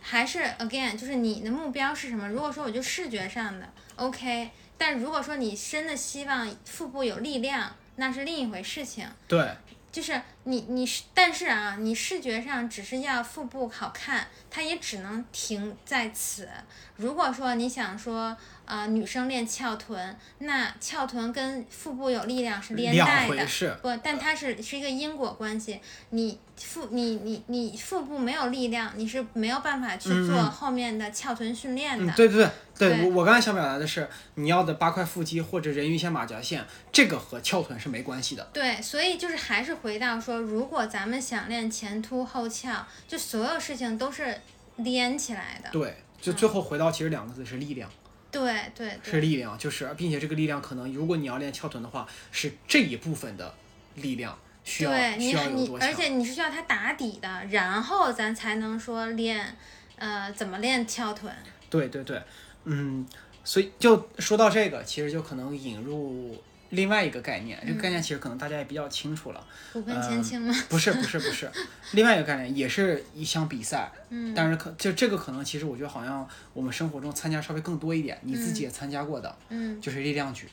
Speaker 1: 还是 again，就是你的目标是什么？如果说我就视觉上的 OK，但如果说你真的希望腹部有力量，那是另一回事情。
Speaker 2: 对，
Speaker 1: 就是你你是，但是啊，你视觉上只是要腹部好看，它也只能停在此。如果说你想说，呃，女生练翘臀，那翘臀跟腹部有力量是连
Speaker 2: 两
Speaker 1: 带的
Speaker 2: 回，事。
Speaker 1: 不，但它是是一个因果关系。你腹你你你腹部没有力量，你是没有办法去做
Speaker 2: 嗯嗯
Speaker 1: 后面的翘臀训练的。
Speaker 2: 嗯，对对对，对
Speaker 1: 对
Speaker 2: 我我刚才想表达的是，你要的八块腹肌或者人鱼线、马甲线，这个和翘臀是没关系的。
Speaker 1: 对，所以就是还是回到说，如果咱们想练前凸后翘，就所有事情都是连起来的。
Speaker 2: 对，就
Speaker 1: 嗯
Speaker 2: 最后回到其实两个字是力量，
Speaker 1: 对对
Speaker 2: 是
Speaker 1: 对，
Speaker 2: 力量，就是并且这个力量可能如果你要练翘臀的话，是这一部分的力量需要
Speaker 1: 对
Speaker 2: 需
Speaker 1: 你
Speaker 2: 要有
Speaker 1: 你
Speaker 2: 多，强
Speaker 1: 而。且你是需要它打底的，然后咱才能说练，呃，怎么练翘臀。
Speaker 2: 对对对，嗯，所以就说到这个，其实就可能引入另外一个概念，这个概
Speaker 1: 嗯
Speaker 2: 念其实可能大家也比较清楚了，
Speaker 1: 骨盆
Speaker 2: 呃
Speaker 1: 前倾吗？
Speaker 2: 不是不是不 是，另外一个概念也是一项比赛，
Speaker 1: 嗯
Speaker 2: 但是可就这个可能，其实我觉得好像我们生活中参加稍微更多一点，你自己也参加过的，
Speaker 1: 嗯
Speaker 2: 就是力量举，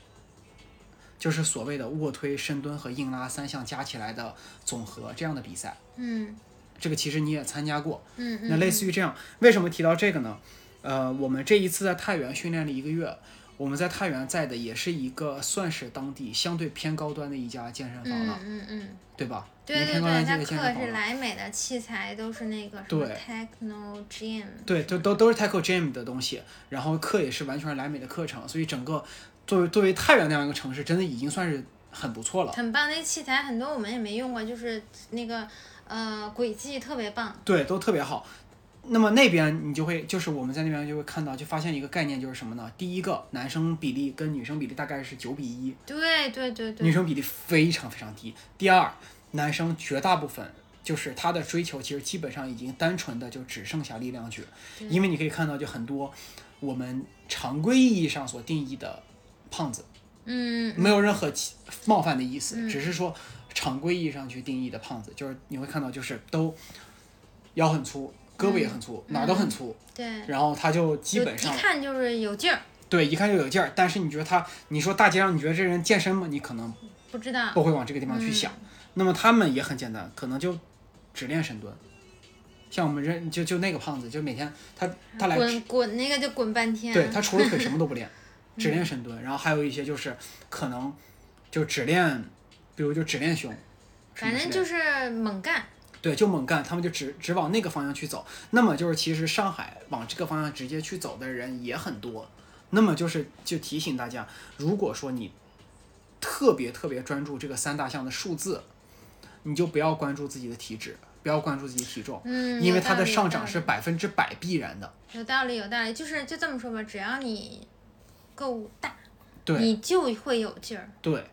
Speaker 2: 就是所谓的卧推、深蹲和硬拉三项加起来的总和这样的比赛。
Speaker 1: 嗯
Speaker 2: 这个其实你也参加过，
Speaker 1: 嗯嗯，
Speaker 2: 那类似于这样，为什么提到这个呢？呃，我们这一次在太原训练了一个月，我们在太原在的也是一个算是当地相对偏高端的一家健身房
Speaker 1: 嗯
Speaker 2: 了，
Speaker 1: 嗯嗯，
Speaker 2: 对吧？
Speaker 1: 对
Speaker 2: 一
Speaker 1: 对
Speaker 2: 个偏高端
Speaker 1: 对，它
Speaker 2: 的健
Speaker 1: 课
Speaker 2: 身房
Speaker 1: 是
Speaker 2: 了。
Speaker 1: 莱美的器材都是那个什么
Speaker 2: 对
Speaker 1: Techno Gym，
Speaker 2: 对，都都都是 Taco Gym 的东西，然后课也是完全是莱美的课程，所以整个作为作为太原那样一个城市，真的已经算是很不错了。
Speaker 1: 很棒，那器材很多我们也没用过，就是那个呃轨迹特别棒。
Speaker 2: 对，都特别好。那么那边你就会，就是我们在那边就会看到，就发现一个概念就是什么呢？第一个，男生比例跟女生比例大概是九比一，
Speaker 1: 对对对
Speaker 2: 女
Speaker 1: 对，
Speaker 2: 生比例非常非常低。第二，男生绝大部分就是他的追求，其实基本上已经单纯的就只剩下力量去，
Speaker 1: 对
Speaker 2: 因为你可以看到，就很多我们常规意义上所定义的胖子，
Speaker 1: 嗯，
Speaker 2: 没有任何其冒犯的意思，
Speaker 1: 嗯
Speaker 2: 只是说常规意义上去定义的胖子，就是你会看到就是都腰很粗，胳膊也很粗，
Speaker 1: 嗯
Speaker 2: 哪儿都很粗，
Speaker 1: 对，
Speaker 2: 然后他就基
Speaker 1: 就
Speaker 2: 本上
Speaker 1: 一看就是有劲儿，
Speaker 2: 对一看就有劲儿，但是你觉得他，你说大街上你觉得这人健身吗？你可能
Speaker 1: 不知道
Speaker 2: 不会往这个地方去想。
Speaker 1: 嗯
Speaker 2: 那么他们也很简单，可能就只练深蹲。像我们认就就那个胖子，就每天他他来
Speaker 1: 滚滚那个就滚半天，
Speaker 2: 对他除了腿什么都不 练，只练深蹲，然后还有一些就是可能就只练，比如就只练胸，什么
Speaker 1: 反
Speaker 2: 之
Speaker 1: 正
Speaker 2: 类的
Speaker 1: 就是猛干，
Speaker 2: 对就猛干，他们就只只往那个方向去走。那么就是其实上海往这个方向直接去走的人也很多。那么就是就提醒大家，如果说你特别特别专注这个三大项的数字，你就不要关注自己的体脂，不要关注自己体重，
Speaker 1: 嗯，
Speaker 2: 因为
Speaker 1: 有
Speaker 2: 它
Speaker 1: 道
Speaker 2: 的
Speaker 1: 理
Speaker 2: 上涨，是
Speaker 1: 有道
Speaker 2: 百分之百必然的。
Speaker 1: 理有道理有道理，就是就这么说吧，只要你够大，
Speaker 2: 对
Speaker 1: 你就会有劲儿，
Speaker 2: 对。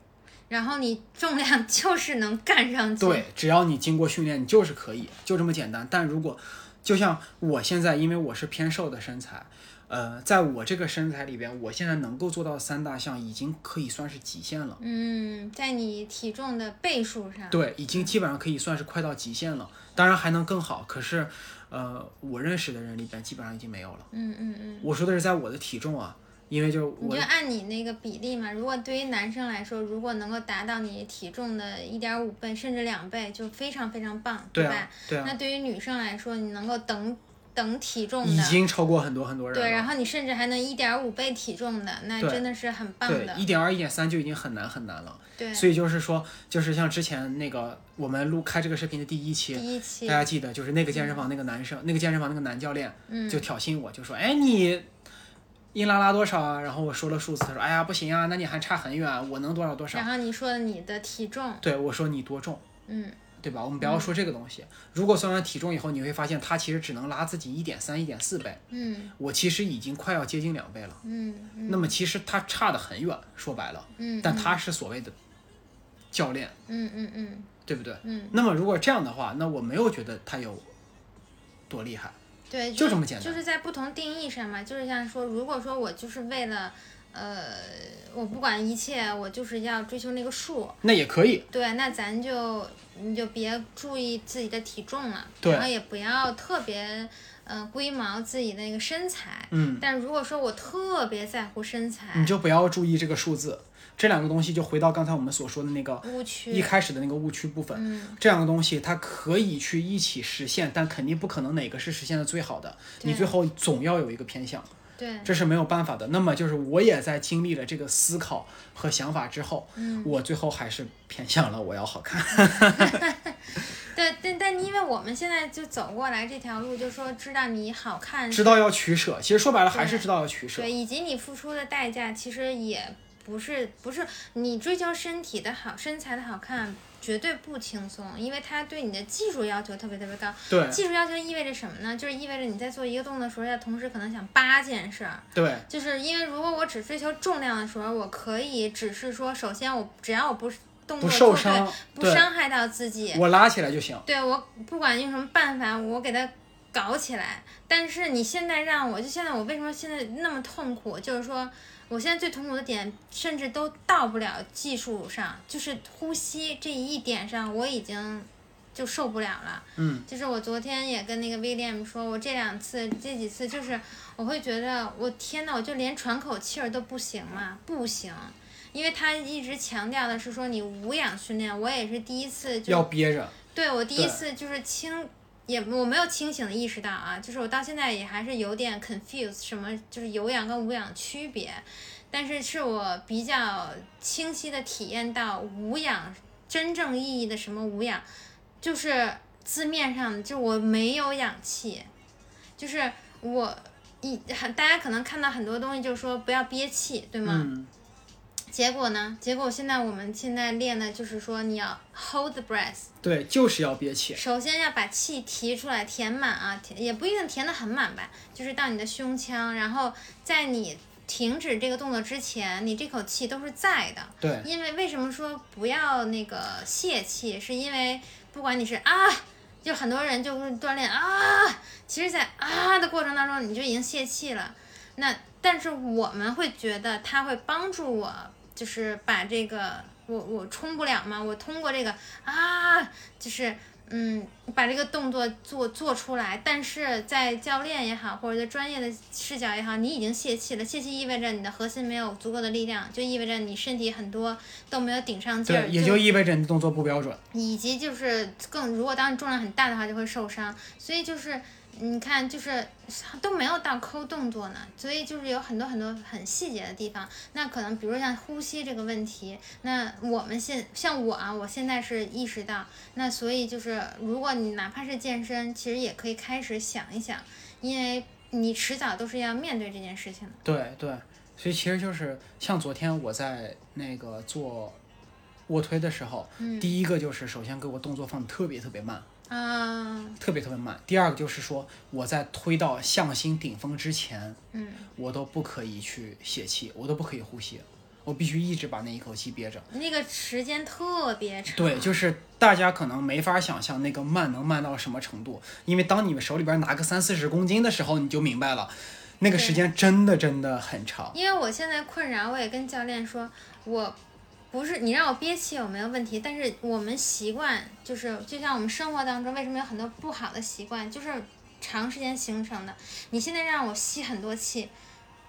Speaker 1: 然后你重量 就是能干上去，
Speaker 2: 对，只要你经过训练，你就是可以，就这么简单。但如果就像我现在，因为我是偏瘦的身材，呃，在我这个身材里边，我现在能够做到三大项，已经可以算是极限了。
Speaker 1: 嗯，在你体重的倍数上，
Speaker 2: 对，已经基本上可以算是快到极限了。当然还能更好，可是，呃，我认识的人里边基本上已经没有了。
Speaker 1: 嗯嗯嗯，
Speaker 2: 我说的是在我的体重啊，因为就是
Speaker 1: 你
Speaker 2: 我
Speaker 1: 就按你那个比例嘛。如果对于男生来说，如果能够达到你体重的一点五倍甚至两倍，就非常非常棒，
Speaker 2: 对啊
Speaker 1: 吧？，
Speaker 2: 对啊，
Speaker 1: 那对于女生来说，你能够等等体重
Speaker 2: 已
Speaker 1: 的。
Speaker 2: 经超过很多很多人了。
Speaker 1: 对，然后你甚至还能一点五倍体重的，那
Speaker 2: 对
Speaker 1: 真的是很棒
Speaker 2: 对，
Speaker 1: 的。
Speaker 2: 一点二、一点三就已经很难很难了。
Speaker 1: 对，
Speaker 2: 所以就是说，就是像之前那个我们录开这个视频的第一期，
Speaker 1: 第一期
Speaker 2: 大，家记得就是那个健身房那个男生，那个健身房那个男教练
Speaker 1: 嗯，
Speaker 2: 就挑衅我，就说：“哎，你硬拉拉多少啊？”然后我说了数字，他说：“哎呀，不行啊，那你还差很远，我能多少多少
Speaker 1: 然。后你说你的体重，”
Speaker 2: 对我说：“你多重？”
Speaker 1: 嗯，
Speaker 2: 对吧？我们不要说这个东西。如果算完体重以后，你会发现他其实只能拉自己一点三、一点四倍，
Speaker 1: 嗯
Speaker 2: 我其实已经快要接近两倍了。
Speaker 1: 嗯嗯
Speaker 2: 那么其实他差得很远，说白了，
Speaker 1: 嗯，
Speaker 2: 但他是所谓的教练，
Speaker 1: 嗯嗯嗯
Speaker 2: 对不对？
Speaker 1: 嗯，
Speaker 2: 那么如果这样的话，那我没有觉得他有多厉害，
Speaker 1: 对，
Speaker 2: 就这么简单。
Speaker 1: 就是在不同定义上嘛，就是像说，如果说我就是为了，呃，我不管一切，我就是要追求那个数，
Speaker 2: 那也可以，
Speaker 1: 对，那咱就你就别注意自己的体重了，
Speaker 2: 对
Speaker 1: 然后也不要特别，呃，龟毛自己的那个身材。
Speaker 2: 嗯，
Speaker 1: 但如果说我特别在乎身材
Speaker 2: 你就不要注意这个数字，这两个东西就回到刚才我们所说的那个
Speaker 1: 误
Speaker 2: 一
Speaker 1: 区，
Speaker 2: 开始的那个误区部分。
Speaker 1: 嗯，
Speaker 2: 这两个东西它可以去一起实现，但肯定不可能哪个是实现的最好的，
Speaker 1: 对嗯
Speaker 2: 你最后总要有一个偏向，
Speaker 1: 对，
Speaker 2: 这是没有办法的。那么就是我也在经历了这个思考和想法之后，
Speaker 1: 嗯，
Speaker 2: 我最后还是偏向了我要好看。
Speaker 1: 对，但但因为我们现在就走过来这条路，就说知道你好看
Speaker 2: 知道要取舍，其实说白了还是
Speaker 1: 对
Speaker 2: 知道要取舍。
Speaker 1: 对，以及你付出的代价其实也不是不是你追求身体的好、身材的好看，绝对不轻松，因为它对你的技术要求特别特别高。
Speaker 2: 对
Speaker 1: 技术要求意味着什么呢？就是意味着你在做一个动作的时候，要同时可能想八件事儿。
Speaker 2: 对
Speaker 1: 就是因为如果我只追求重量的时候，我可以只是说，首先我只要我不动作
Speaker 2: 不受
Speaker 1: 做对
Speaker 2: 伤
Speaker 1: 不
Speaker 2: 对
Speaker 1: 伤害到自己，
Speaker 2: 我拉起来就行。
Speaker 1: 对我不管用什么办法，我给它搞起来。但是你现在让我，就现在我为什么现在那么痛苦？就是说，我现在最痛苦的点，甚至都到不了技术上，就是呼吸这一点上，我已经就受不了了。
Speaker 2: 嗯，
Speaker 1: 就是我昨天也跟那个 William 说，我这两次、这几次，就是我会觉得，我天呐，我就连喘口气儿都不行嘛，不行。因为他一直强调的是说你无氧训练，我也是第一次就
Speaker 2: 要憋着。
Speaker 1: 对我第
Speaker 2: 对
Speaker 1: 一次就是清，也我没有清醒的意识到啊，就是我到现在也还是有点 confused，什么就是有氧跟无氧区别，但是是我比较清晰的体验到无氧真正意义的什么无氧，就是字面上就我没有氧气，就是我一大家可能看到很多东西就说不要憋气，对吗？
Speaker 2: 嗯，
Speaker 1: 结果呢？结果现在我们现在练的就是说，你要 hold the breath，
Speaker 2: 对，就是要憋气。
Speaker 1: 首先要把气提出来，填满啊，填也不一定填得很满吧，就是到你的胸腔，然后在你停止这个动作之前，你这口气都是在的。
Speaker 2: 对，
Speaker 1: 因为为什么说不要那个泄气，是因为不管你是啊，就很多人就是锻炼啊，其实在啊的过程当中你就已经泄气了。那但是我们会觉得它会帮助我，就是把这个我我冲不了嘛，我通过这个啊，就是嗯把这个动作做做出来。但是在教练也好，或者在专业的视角也好，你已经泄气了，泄气意味着你的核心没有足够的力量，就意味着你身体很多都没有顶上劲儿，
Speaker 2: 对，也就意味着你动作不标准。
Speaker 1: 以及就是更，如果当你重量很大的话，就会受伤。所以就是你看，就是都没有到抠动作呢，所以就是有很多很多很细节的地方。那可能比如像呼吸这个问题，那我们现像我啊，我现在是意识到，那所以就是如果你哪怕是健身，其实也可以开始想一想，因为你迟早都是要面对这件事情的。
Speaker 2: 对对，所以其实就是像昨天我在那个做卧推的时候，
Speaker 1: 嗯
Speaker 2: 第一个就是首先给我动作放得特别特别慢，
Speaker 1: 啊，
Speaker 2: 特别特别慢。第二个就是说我在推到向心顶峰之前，
Speaker 1: 嗯，
Speaker 2: 我都不可以去泄气，我都不可以呼吸，我必须一直把那一口气憋着。
Speaker 1: 那个时间特别长。
Speaker 2: 对，就是大家可能没法想象那个慢能慢到什么程度，因为当你们手里边拿个三四十公斤的时候，你就明白了，那个时间真的真的很长。
Speaker 1: 因为我现在困扰，我也跟教练说，我不是你让我憋气我没有问题，但是我们习惯就是，就像我们生活当中为什么有很多不好的习惯，就是长时间形成的。你现在让我吸很多气，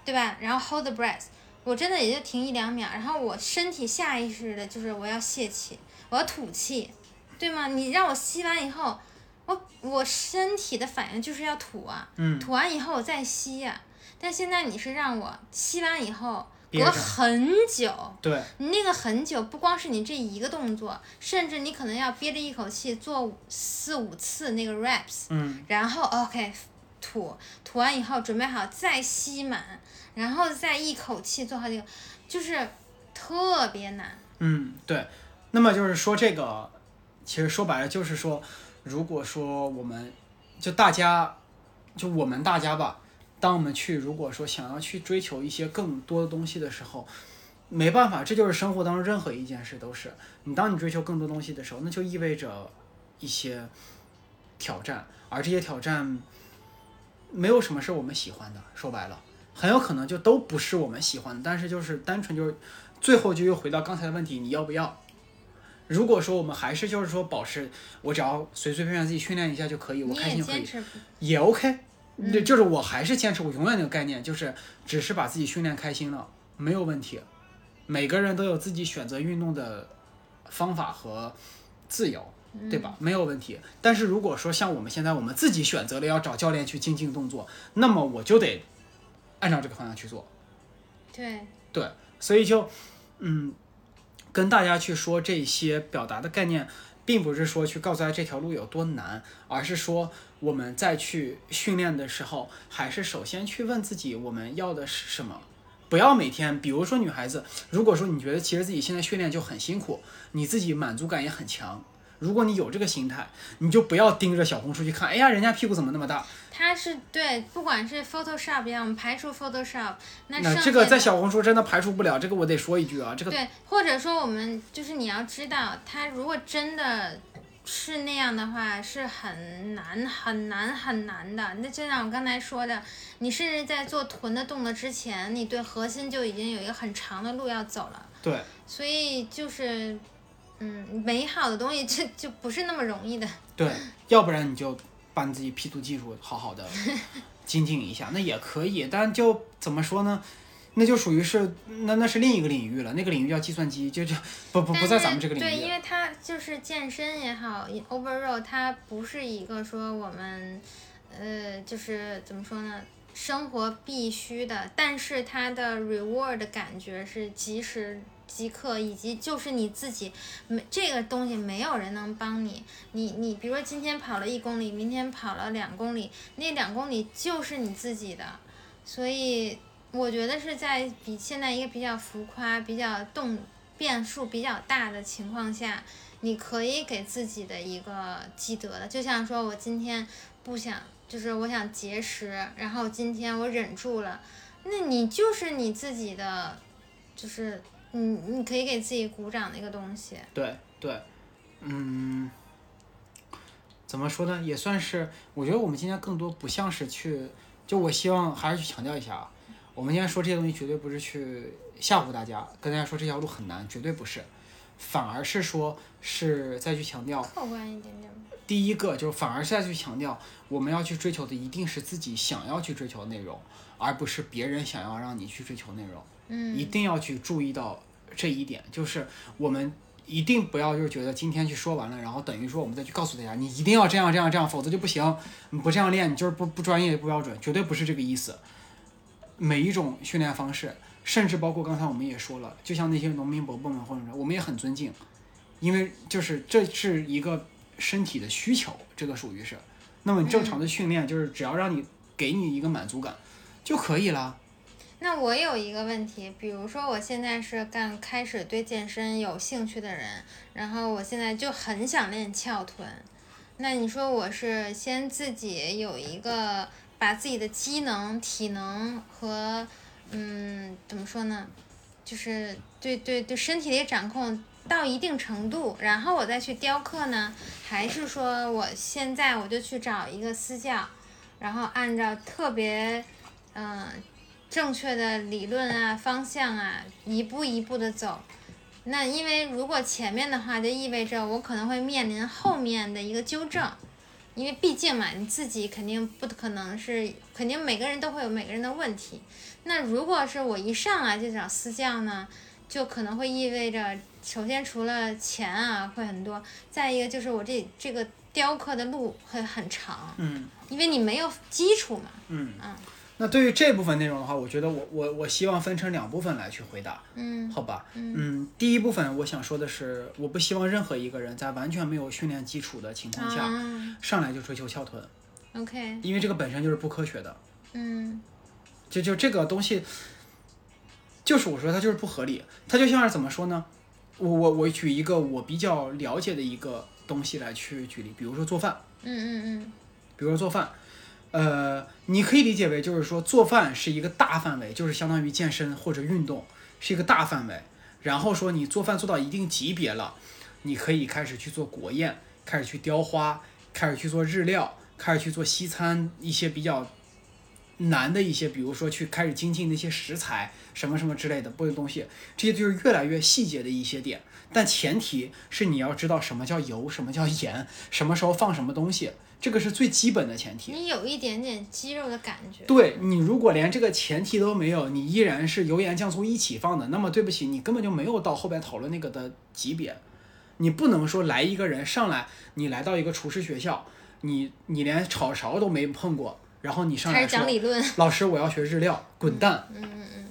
Speaker 1: 对吧？然后 hold the breath，我真的也就停一两秒，然后我身体下意识的就是我要泄气，我要吐气，对吗？你让我吸完以后，我我身体的反应就是要吐啊，
Speaker 2: 嗯
Speaker 1: 吐完以后我再吸呀、但现在你是让我吸完以后
Speaker 2: 憋
Speaker 1: 隔
Speaker 2: 着
Speaker 1: 很久，
Speaker 2: 对
Speaker 1: 你那个很久不光是你这一个动作，甚至你可能要憋着一口气做五四五次那个 reps，
Speaker 2: 嗯，
Speaker 1: 然后 OK 吐吐完以后准备好再吸满，然后再一口气做好这个，就是特别难。
Speaker 2: 嗯，对。那么就是说这个，其实说白了就是说，如果说我们就大家，就我们大家吧，当我们去如果说想要去追求一些更多的东西的时候，没办法，这就是生活当中任何一件事都是。你当你追求更多东西的时候，那就意味着一些挑战，而这些挑战没有什么是我们喜欢的。说白了，很有可能就都不是我们喜欢的，但是就是单纯就是最后就又回到刚才的问题，你要不要？如果说我们还是就是说保持，我只要随随便便自己训练一下就可以，我
Speaker 1: 你
Speaker 2: 开心
Speaker 1: 也
Speaker 2: 就可以
Speaker 1: 坚。持不，
Speaker 2: 也 OK。对，就是我还是坚持我永远那个概念，就是只是把自己训练开心了，没有问题。每个人都有自己选择运动的方法和自由，
Speaker 1: 嗯
Speaker 2: 对吧？没有问题。但是如果说像我们现在我们自己选择了要找教练去精进动作，那么我就得按照这个方向去做。
Speaker 1: 对，
Speaker 2: 对，所以就嗯，跟大家去说这些表达的概念，并不是说去告诉大家这条路有多难，而是说我们在去训练的时候，还是首先去问自己我们要的是什么。不要每天，比如说女孩子，如果说你觉得其实自己现在训练就很辛苦，你自己满足感也很强，如果你有这个心态，你就不要盯着小红书去看，哎呀，人家屁股怎么那么大？
Speaker 1: 它是对，不管是 Photoshop 也好，我们排除 Photoshop，那剩
Speaker 2: 那
Speaker 1: 下
Speaker 2: 这个
Speaker 1: 的
Speaker 2: 在小红书真的排除不了，这个我得说一句啊，这个
Speaker 1: 对，或者说我们就是你要知道，他如果真的是那样的话，是很难很难很难的。那就像我刚才说的，你甚至在做臀的动作之前，你对核心就已经有一个很长的路要走了。
Speaker 2: 对。
Speaker 1: 所以就是，嗯，美好的东西这就不是那么容易的。
Speaker 2: 对，要不然你就把你自己 P 图技术 好好的精进一下，那也可以，但就怎么说呢？那就属于是那那是另一个领域了，那个领域叫计算机，就就不不
Speaker 1: 但
Speaker 2: 不
Speaker 1: 是
Speaker 2: 在咱们这个领
Speaker 1: 对，因
Speaker 2: 域。
Speaker 1: 为它就是健身也好也，overall 它不是一个说我们，呃，就是怎么说呢，生活必须的，但是它的 reward 的感觉是及时。即刻，以及就是你自己，没这个东西没有人能帮你。你你，比如说今天跑了一公里，明天跑了两公里，那两公里就是你自己的，所以我觉得是在比现在一个比较浮夸、比较动变数比较大的情况下，你可以给自己的一个积德的，就像说我今天不想，就是我想节食，然后今天我忍住了，那你就是你自己的，就是你你可以给自己鼓掌的一个东西。
Speaker 2: 对对，嗯，怎么说呢？也算是，我觉得我们今天更多不像是去，就我希望还是去强调一下啊，我们今天说这些东西绝对不是去吓唬大家，跟大家说这条路很难，绝对不是，反而是说是再去强调，
Speaker 1: 客观一点点吧。
Speaker 2: 第一个就是反而是再去强调，我们要去追求的一定是自己想要去追求的内容，而不是别人想要让你去追求内容。一
Speaker 1: 嗯
Speaker 2: 定要去注意到这一点，就是我们一定不要就是觉得今天去说完了，然后等于说我们再去告诉大家，你一定要这样这样这样，否则就不行，你不这样练，你就是不不专业不标准，绝对不是这个意思。每一种训练方式，甚至包括刚才我们也说了，就像那些农民伯伯们或者是我们也很尊敬，因为就是这是一个身体的需求，这个属于是。那么你正常的训练就是只要让你给你一个满足感就可以了。
Speaker 1: 那我有一个问题，比如说我现在是刚开始对健身有兴趣的人，然后我现在就很想练翘臀，那你说我是先自己有一个把自己的机能、体能和嗯怎么说呢，就是对对对身体的掌控到一定程度，然后我再去雕刻呢，还是说我现在我就去找一个私教，然后按照特别嗯。正确的理论啊、方向啊，一步一步的走。那因为如果前面的话，就意味着我可能会面临后面的一个纠正，因为毕竟嘛，你自己肯定不可能是，肯定每个人都会有每个人的问题。那如果是我一上来就找私教呢，就可能会意味着，首先除了钱啊会很多，再一个就是我这这个雕刻的路会很长，
Speaker 2: 嗯，
Speaker 1: 因为你没有基础嘛。
Speaker 2: 嗯
Speaker 1: 嗯，
Speaker 2: 那对于这部分内容的话，我觉得我我我希望分成两部分来去回答，
Speaker 1: 嗯
Speaker 2: 好吧？嗯，第一部分我想说的是，我不希望任何一个人在完全没有训练基础的情况下，
Speaker 1: 啊嗯
Speaker 2: 上来就追求翘臀，
Speaker 1: ，OK。
Speaker 2: 因为这个本身就是不科学的。
Speaker 1: 嗯
Speaker 2: 就就这个东西，就是我说它就是不合理，它就像是怎么说呢？我我我举一个我比较了解的一个东西来去举例，比如说做饭，
Speaker 1: 嗯嗯
Speaker 2: 比如说做饭，呃，你可以理解为就是说做饭是一个大范围，就是相当于健身或者运动是一个大范围。然后说你做饭做到一定级别了，你可以开始去做国宴，开始去雕花，开始去做日料，开始去做西餐一些比较难的一些，比如说去开始精进那些食材什么什么之类的不同东西，这些就是越来越细节的一些点。但前提是你要知道什么叫油，什么叫盐，什么时候放什么东西，这个是最基本的前
Speaker 1: 嗯，
Speaker 2: 提。
Speaker 1: 你有一点点肌肉的感觉。
Speaker 2: 对你如果连这个前提都没有，你依然是油盐酱醋一起放的，那么对不起，你根本就没有到后边讨论那个的级别。你不能说来一个人上来，你来到一个厨师学校，你你连炒勺都没碰过，然后你上
Speaker 1: 开
Speaker 2: 来
Speaker 1: 始
Speaker 2: 说
Speaker 1: 讲理论，
Speaker 2: 老师我要学日料，滚蛋，
Speaker 1: 嗯嗯嗯，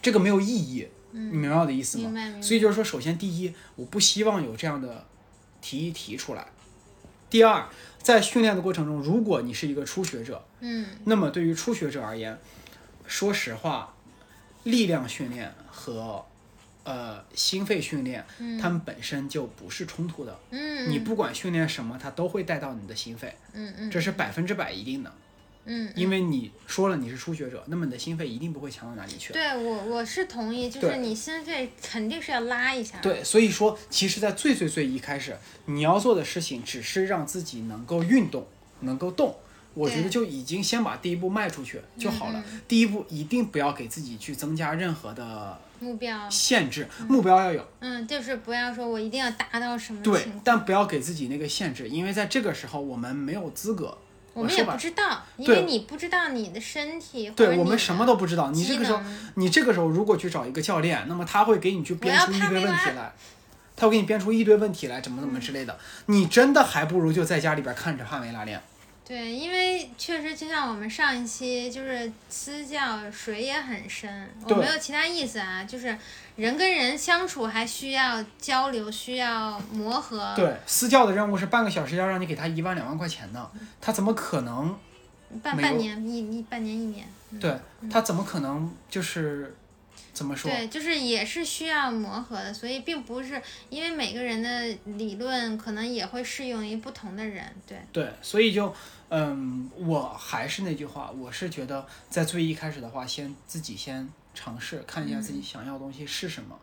Speaker 2: 这个没有意义，你明白我的意思吗
Speaker 1: 明？白明白。
Speaker 2: 所以就是说，首先第一，我不希望有这样的提议提出来；第二，在训练的过程中，如果你是一个初学者，
Speaker 1: 嗯
Speaker 2: 那么对于初学者而言，说实话，力量训练和呃心肺训练，他们本身就不是冲突的。
Speaker 1: 嗯
Speaker 2: 你不管训练什么，它都会带到你的心肺，
Speaker 1: 嗯嗯
Speaker 2: 这是百分之百一定的。
Speaker 1: 嗯，
Speaker 2: 因为你说了你是初学者，那么你的心肺一定不会强到哪里去。
Speaker 1: 对我我是同意，就是
Speaker 2: 对
Speaker 1: 你心肺肯定是要拉一下。，
Speaker 2: 对，所以说，其实，在最最最一开始，你要做的事情只是让自己能够运动，能够动。我觉得
Speaker 1: 对嗯
Speaker 2: 就已经先把第一步迈出去就好了。第一步一定不要给自己去增加任何的
Speaker 1: 目标，
Speaker 2: 限制，目标要有
Speaker 1: 嗯，就是不要说我一定要达到什么
Speaker 2: 对
Speaker 1: 情，况，
Speaker 2: 但不要给自己那个限制，因为在这个时候我们没有资格。
Speaker 1: 我
Speaker 2: 我
Speaker 1: 们
Speaker 2: 说
Speaker 1: 也
Speaker 2: 吧
Speaker 1: 不知道，因
Speaker 2: 对
Speaker 1: 为你不知道你的身体或者
Speaker 2: 对
Speaker 1: 你
Speaker 2: 我们什么都不知道，你
Speaker 1: 机
Speaker 2: 这个时候，
Speaker 1: 能，
Speaker 2: 你这个时候如果去找一个教练，那么他会给你去编
Speaker 1: 我要
Speaker 2: 出一
Speaker 1: 看嗯
Speaker 2: 堆
Speaker 1: 那
Speaker 2: 问
Speaker 1: 个
Speaker 2: 题来，他会给你编出一堆问题来，怎么怎么之类的。你真的还不如就在家里边看着帕梅拉练。
Speaker 1: 对，因为确实就像我们上一期就是私教水也很深，我
Speaker 2: 对
Speaker 1: 没有其他意思啊，就是人跟人相处还需要交流，需要磨合。
Speaker 2: 对，私教的任务是半个小时要
Speaker 1: 嗯
Speaker 2: 让你给他一万两万块钱呢，他怎么可能？
Speaker 1: 半
Speaker 2: 没有
Speaker 1: 半年一一半年一年，
Speaker 2: 对他怎么可能就是怎么说？
Speaker 1: 嗯对，就是也是需要磨合的，所以并不是因为每个人的理论可能也会适用于不同的人，对，
Speaker 2: 对，所以就，嗯，我还是那句话，我是觉得在最一开始的话，先自己先尝试，看一下
Speaker 1: 嗯
Speaker 2: 自己想要的东西是什么，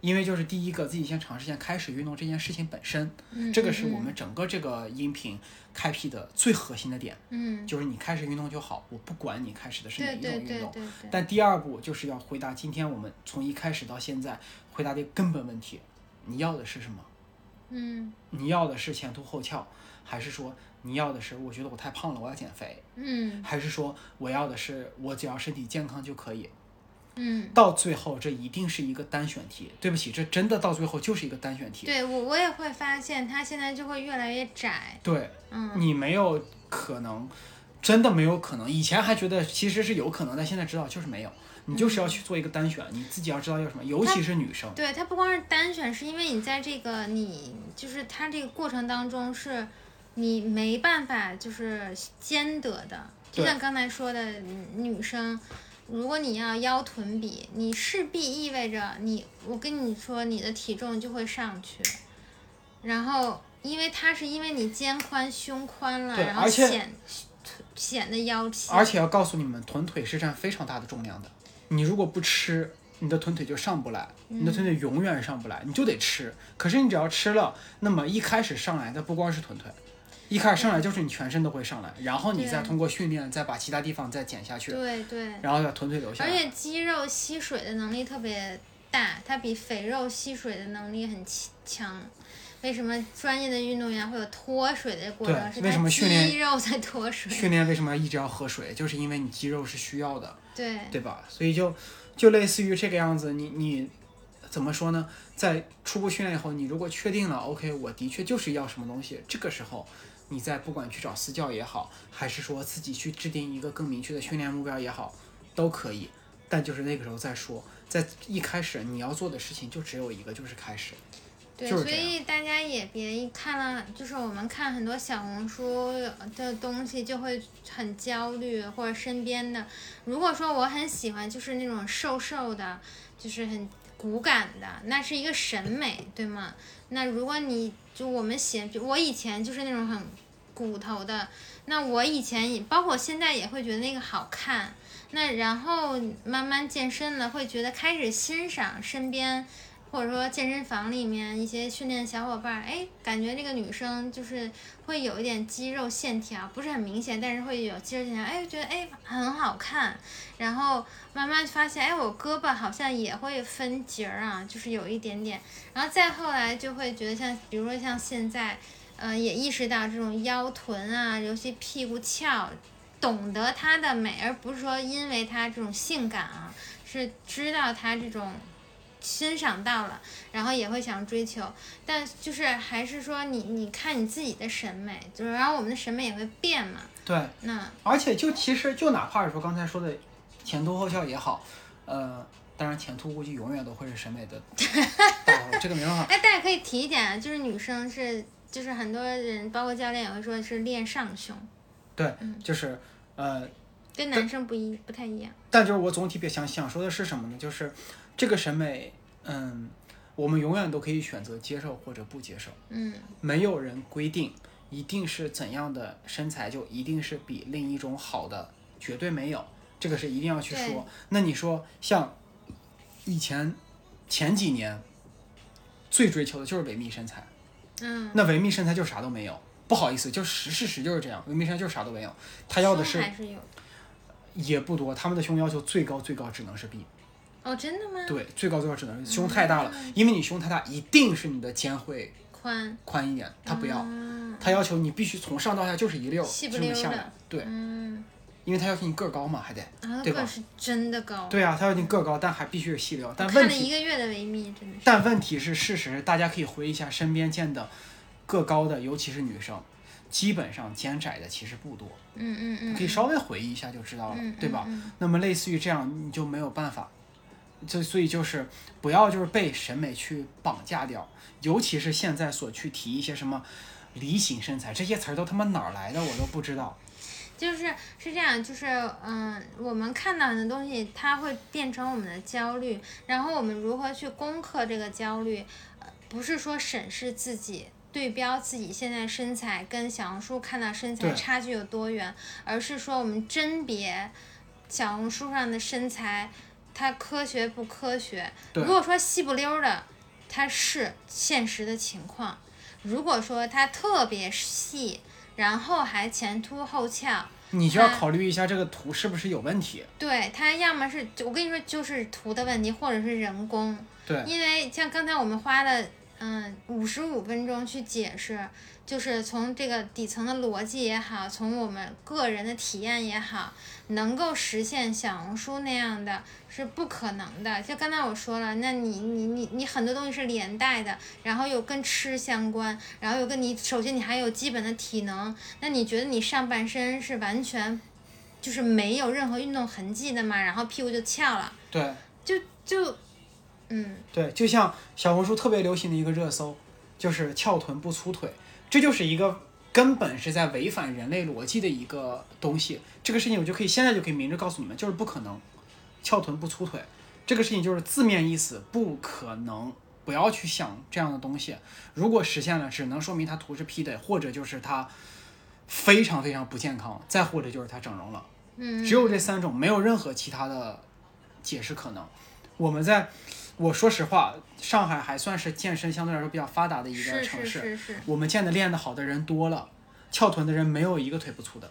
Speaker 2: 因为就是第一个，自己先尝试，先开始运动这件事情本身，
Speaker 1: 嗯，
Speaker 2: 这个是
Speaker 1: 嗯
Speaker 2: 我，们整个这个音频开辟的最核心的点，
Speaker 1: 嗯，
Speaker 2: 就是你开始运动就好，我不管你开始的是
Speaker 1: 对
Speaker 2: 哪一种
Speaker 1: 对
Speaker 2: 运
Speaker 1: 对
Speaker 2: 动。
Speaker 1: 对对，
Speaker 2: 但第二步就是要回答今天我们从一开始到现在回答的根本问题，你要的是什么？
Speaker 1: 嗯
Speaker 2: 你要的是前凸后翘，还是说你要的是我觉得我太胖了，我要减肥，
Speaker 1: 嗯
Speaker 2: 还是说我要的是我只要身体健康就可以？
Speaker 1: 嗯，
Speaker 2: 到最后，这一定是一个单选题。对不起，这真的到最后就是一个单选题。
Speaker 1: 对我我也会发现他现在就会越来越窄，
Speaker 2: 对
Speaker 1: 嗯
Speaker 2: 你没有可能，真的没有可能。以前还觉得其实是有可能，但现在知道就是没有。你
Speaker 1: 嗯
Speaker 2: 就是要去做一个单选，你自己要知道要什么，尤其是女生。
Speaker 1: 对，它不光是单选，是因为你在这个你就是它这个过程当中是，你没办法就是兼得的。就
Speaker 2: 对
Speaker 1: 像刚才说的，嗯女生，如果你要腰臀比，你势必意味着你，我跟你说，你的体重就会上去，然后因为它是因为你肩宽胸宽了，
Speaker 2: 对
Speaker 1: 然后
Speaker 2: 而且
Speaker 1: 显显得腰细，
Speaker 2: 而且要告诉你们，臀腿是占非常大的重量的。你如果不吃，你的臀腿就上不来，你
Speaker 1: 嗯
Speaker 2: 的臀腿永远上不来，你就得吃。可是你只要吃了，那么一开始上来的不光是臀腿，一开始上来就是你全身都会上来，然后你再
Speaker 1: 对
Speaker 2: 通过训练再把其他地方再减下去，
Speaker 1: 对对。
Speaker 2: 然后把臀腿留下
Speaker 1: 而
Speaker 2: 来。
Speaker 1: 且肌肉吸水的能力特别大，它比肥肉吸水的能力很强。为什么专业的运动员会有脱水的过程？
Speaker 2: 对
Speaker 1: 是
Speaker 2: 为什
Speaker 1: 他
Speaker 2: 么训练
Speaker 1: 肌肉在脱水？
Speaker 2: 训练为什么一直要喝水？就是因为你肌肉是需要的。
Speaker 1: 对，
Speaker 2: 对吧？所以就就类似于这个样子，你你怎么说呢？在初步训练以后，你如果确定了，OK，我的确就是要什么东西，这个时候你再不管去找私教也好，还是说自己去制定一个更明确的训练目标也好，都可以。但就是那个时候再说，在一开始你要做的事情就只有一个，就是开始。
Speaker 1: 对，
Speaker 2: 就是
Speaker 1: 所
Speaker 2: 这样
Speaker 1: 以大家也别一看了，就是我们看很多小红书的东西就会很焦虑，或者身边的，如果说我很喜欢就是那种瘦瘦的，就是很骨感的，那是一个审美，对吗？那如果你就我们喜，就我以前就是那种很骨头的，那我以前也包括现在也会觉得那个好看。那然后慢慢健身了，会觉得开始欣赏身边或者说健身房里面一些训练小伙伴儿，哎，感觉这个女生就是会有一点肌肉线条，不是很明显，但是会有肌肉线条，哎，觉得哎很好看。然后慢慢发现，哎，我胳膊好像也会分节儿啊，就是有一点点。然后再后来就会觉得像，比如说像现在，呃，也意识到这种腰臀啊，尤其屁股翘，懂得它的美，而不是说因为它这种性感啊，是知道它这种欣赏到了，然后也会想追求，但就是还是说你你看你自己的审美，就是然后我们的审美也会变嘛。
Speaker 2: 对，
Speaker 1: 那
Speaker 2: 而且就其实就哪怕是说刚才说的前凸后翘也好，呃，当然前凸估计永远都会是审美的 大头，这个没办法。
Speaker 1: 哎，大家可以提一点啊，就是女生是就是很多人，包括教练也会说是练上胸，
Speaker 2: 对，
Speaker 1: 嗯
Speaker 2: 就是呃，
Speaker 1: 跟男生不一不太一样。
Speaker 2: 但就是我总体比较想想说的是什么呢？就是这个审美，嗯，我们永远都可以选择接受或者不接受，
Speaker 1: 嗯
Speaker 2: 没有人规定一定是怎样的身材就一定是比另一种好的，绝对没有，这个是一定要去
Speaker 1: 对
Speaker 2: 说。那你说像以前前几年最追求的就是维密身材。
Speaker 1: 嗯，
Speaker 2: 那维密身材就啥都没有，不好意思，就实事实就是这样，维密身材就啥都没有。他要的
Speaker 1: 胸
Speaker 2: 是
Speaker 1: 还是有
Speaker 2: 也不多，他们的胸要求最高最高只能是 B，
Speaker 1: 哦，真的吗？
Speaker 2: 对，最高最高只能是
Speaker 1: 嗯
Speaker 2: 胸太大了，因为你胸太大，一定是你的肩会
Speaker 1: 宽，
Speaker 2: 宽一点，他不要，
Speaker 1: 嗯
Speaker 2: 他要求你必须从上到下就是一溜儿，
Speaker 1: 细
Speaker 2: 这
Speaker 1: 不
Speaker 2: 么
Speaker 1: 溜
Speaker 2: 下
Speaker 1: 的
Speaker 2: 来，对，
Speaker 1: 嗯，哦
Speaker 2: 因为他要求你个儿高嘛，还得，
Speaker 1: 然后
Speaker 2: 对吧
Speaker 1: 个是真的高，
Speaker 2: 对啊，他要求你个儿高，但还必须是细溜儿，但
Speaker 1: 看
Speaker 2: 问
Speaker 1: 了一
Speaker 2: 题，
Speaker 1: 个月的维密，真的是。
Speaker 2: 但问题是事实，大家可以回忆一下身边见的个高的，尤其是女生，基本上肩窄的其实不多。
Speaker 1: 嗯嗯嗯，
Speaker 2: 可以稍微回忆一下就知道了，
Speaker 1: 嗯
Speaker 2: 对吧？
Speaker 1: 嗯嗯
Speaker 2: 那么类似于这样，你就没有办法。就所以就是不要就是被审美去绑架掉，尤其是现在所去提一些什么梨形身材这些词儿都他妈哪儿来的我都不知道。
Speaker 1: 就是是这样，就是嗯，我们看到的东西，它会变成我们的焦虑，然后我们如何去攻克这个焦虑，呃，不是说审视自己。对标自己现在身材跟小红书看到身材
Speaker 2: 对
Speaker 1: 差距有多远，而是说我们甄别小红书上的身材，它科学不科学？
Speaker 2: 对
Speaker 1: 如果说细不溜儿的，它是现实的情况；如果说它特别细，然后还前凸后翘，
Speaker 2: 你就要
Speaker 1: 它
Speaker 2: 考虑一下这个图是不是有问题。
Speaker 1: 对它要么是我跟你说就是图的问题，或者是人工。
Speaker 2: 对，
Speaker 1: 因为像刚才我们花了嗯五十五分钟去解释，就是从这个底层的逻辑也好，从我们个人的体验也好，能够实现小红书那样的是不可能的。就刚才我说了，那你你你你很多东西是连带的，然后又跟吃相关，然后又跟你首先你还有基本的体能，那你觉得你上半身是完全就是没有任何运动痕迹的嘛？然后屁股就翘了，
Speaker 2: 对，
Speaker 1: 就就嗯。
Speaker 2: 对，就像小红书特别流行的一个热搜，就是翘臀不粗腿，这就是一个根本是在违反人类逻辑的一个东西。这个事情我就可以现在就可以明着告诉你们，就是不可能，翘臀不粗腿，这个事情就是字面意思，不可能。不要去想这样的东西，如果实现了，只能说明他图是 P 的，或者就是他非常非常不健康，再或者就是他整容了。
Speaker 1: 嗯，
Speaker 2: 只有这三种，没有任何其他的解释可能。我们在，我说实话，上海还算是健身相对来说比较发达的一个
Speaker 1: 是
Speaker 2: 城市，
Speaker 1: 是是是，
Speaker 2: 我们见的练得好的人多了，翘臀的人没有一个腿不粗的。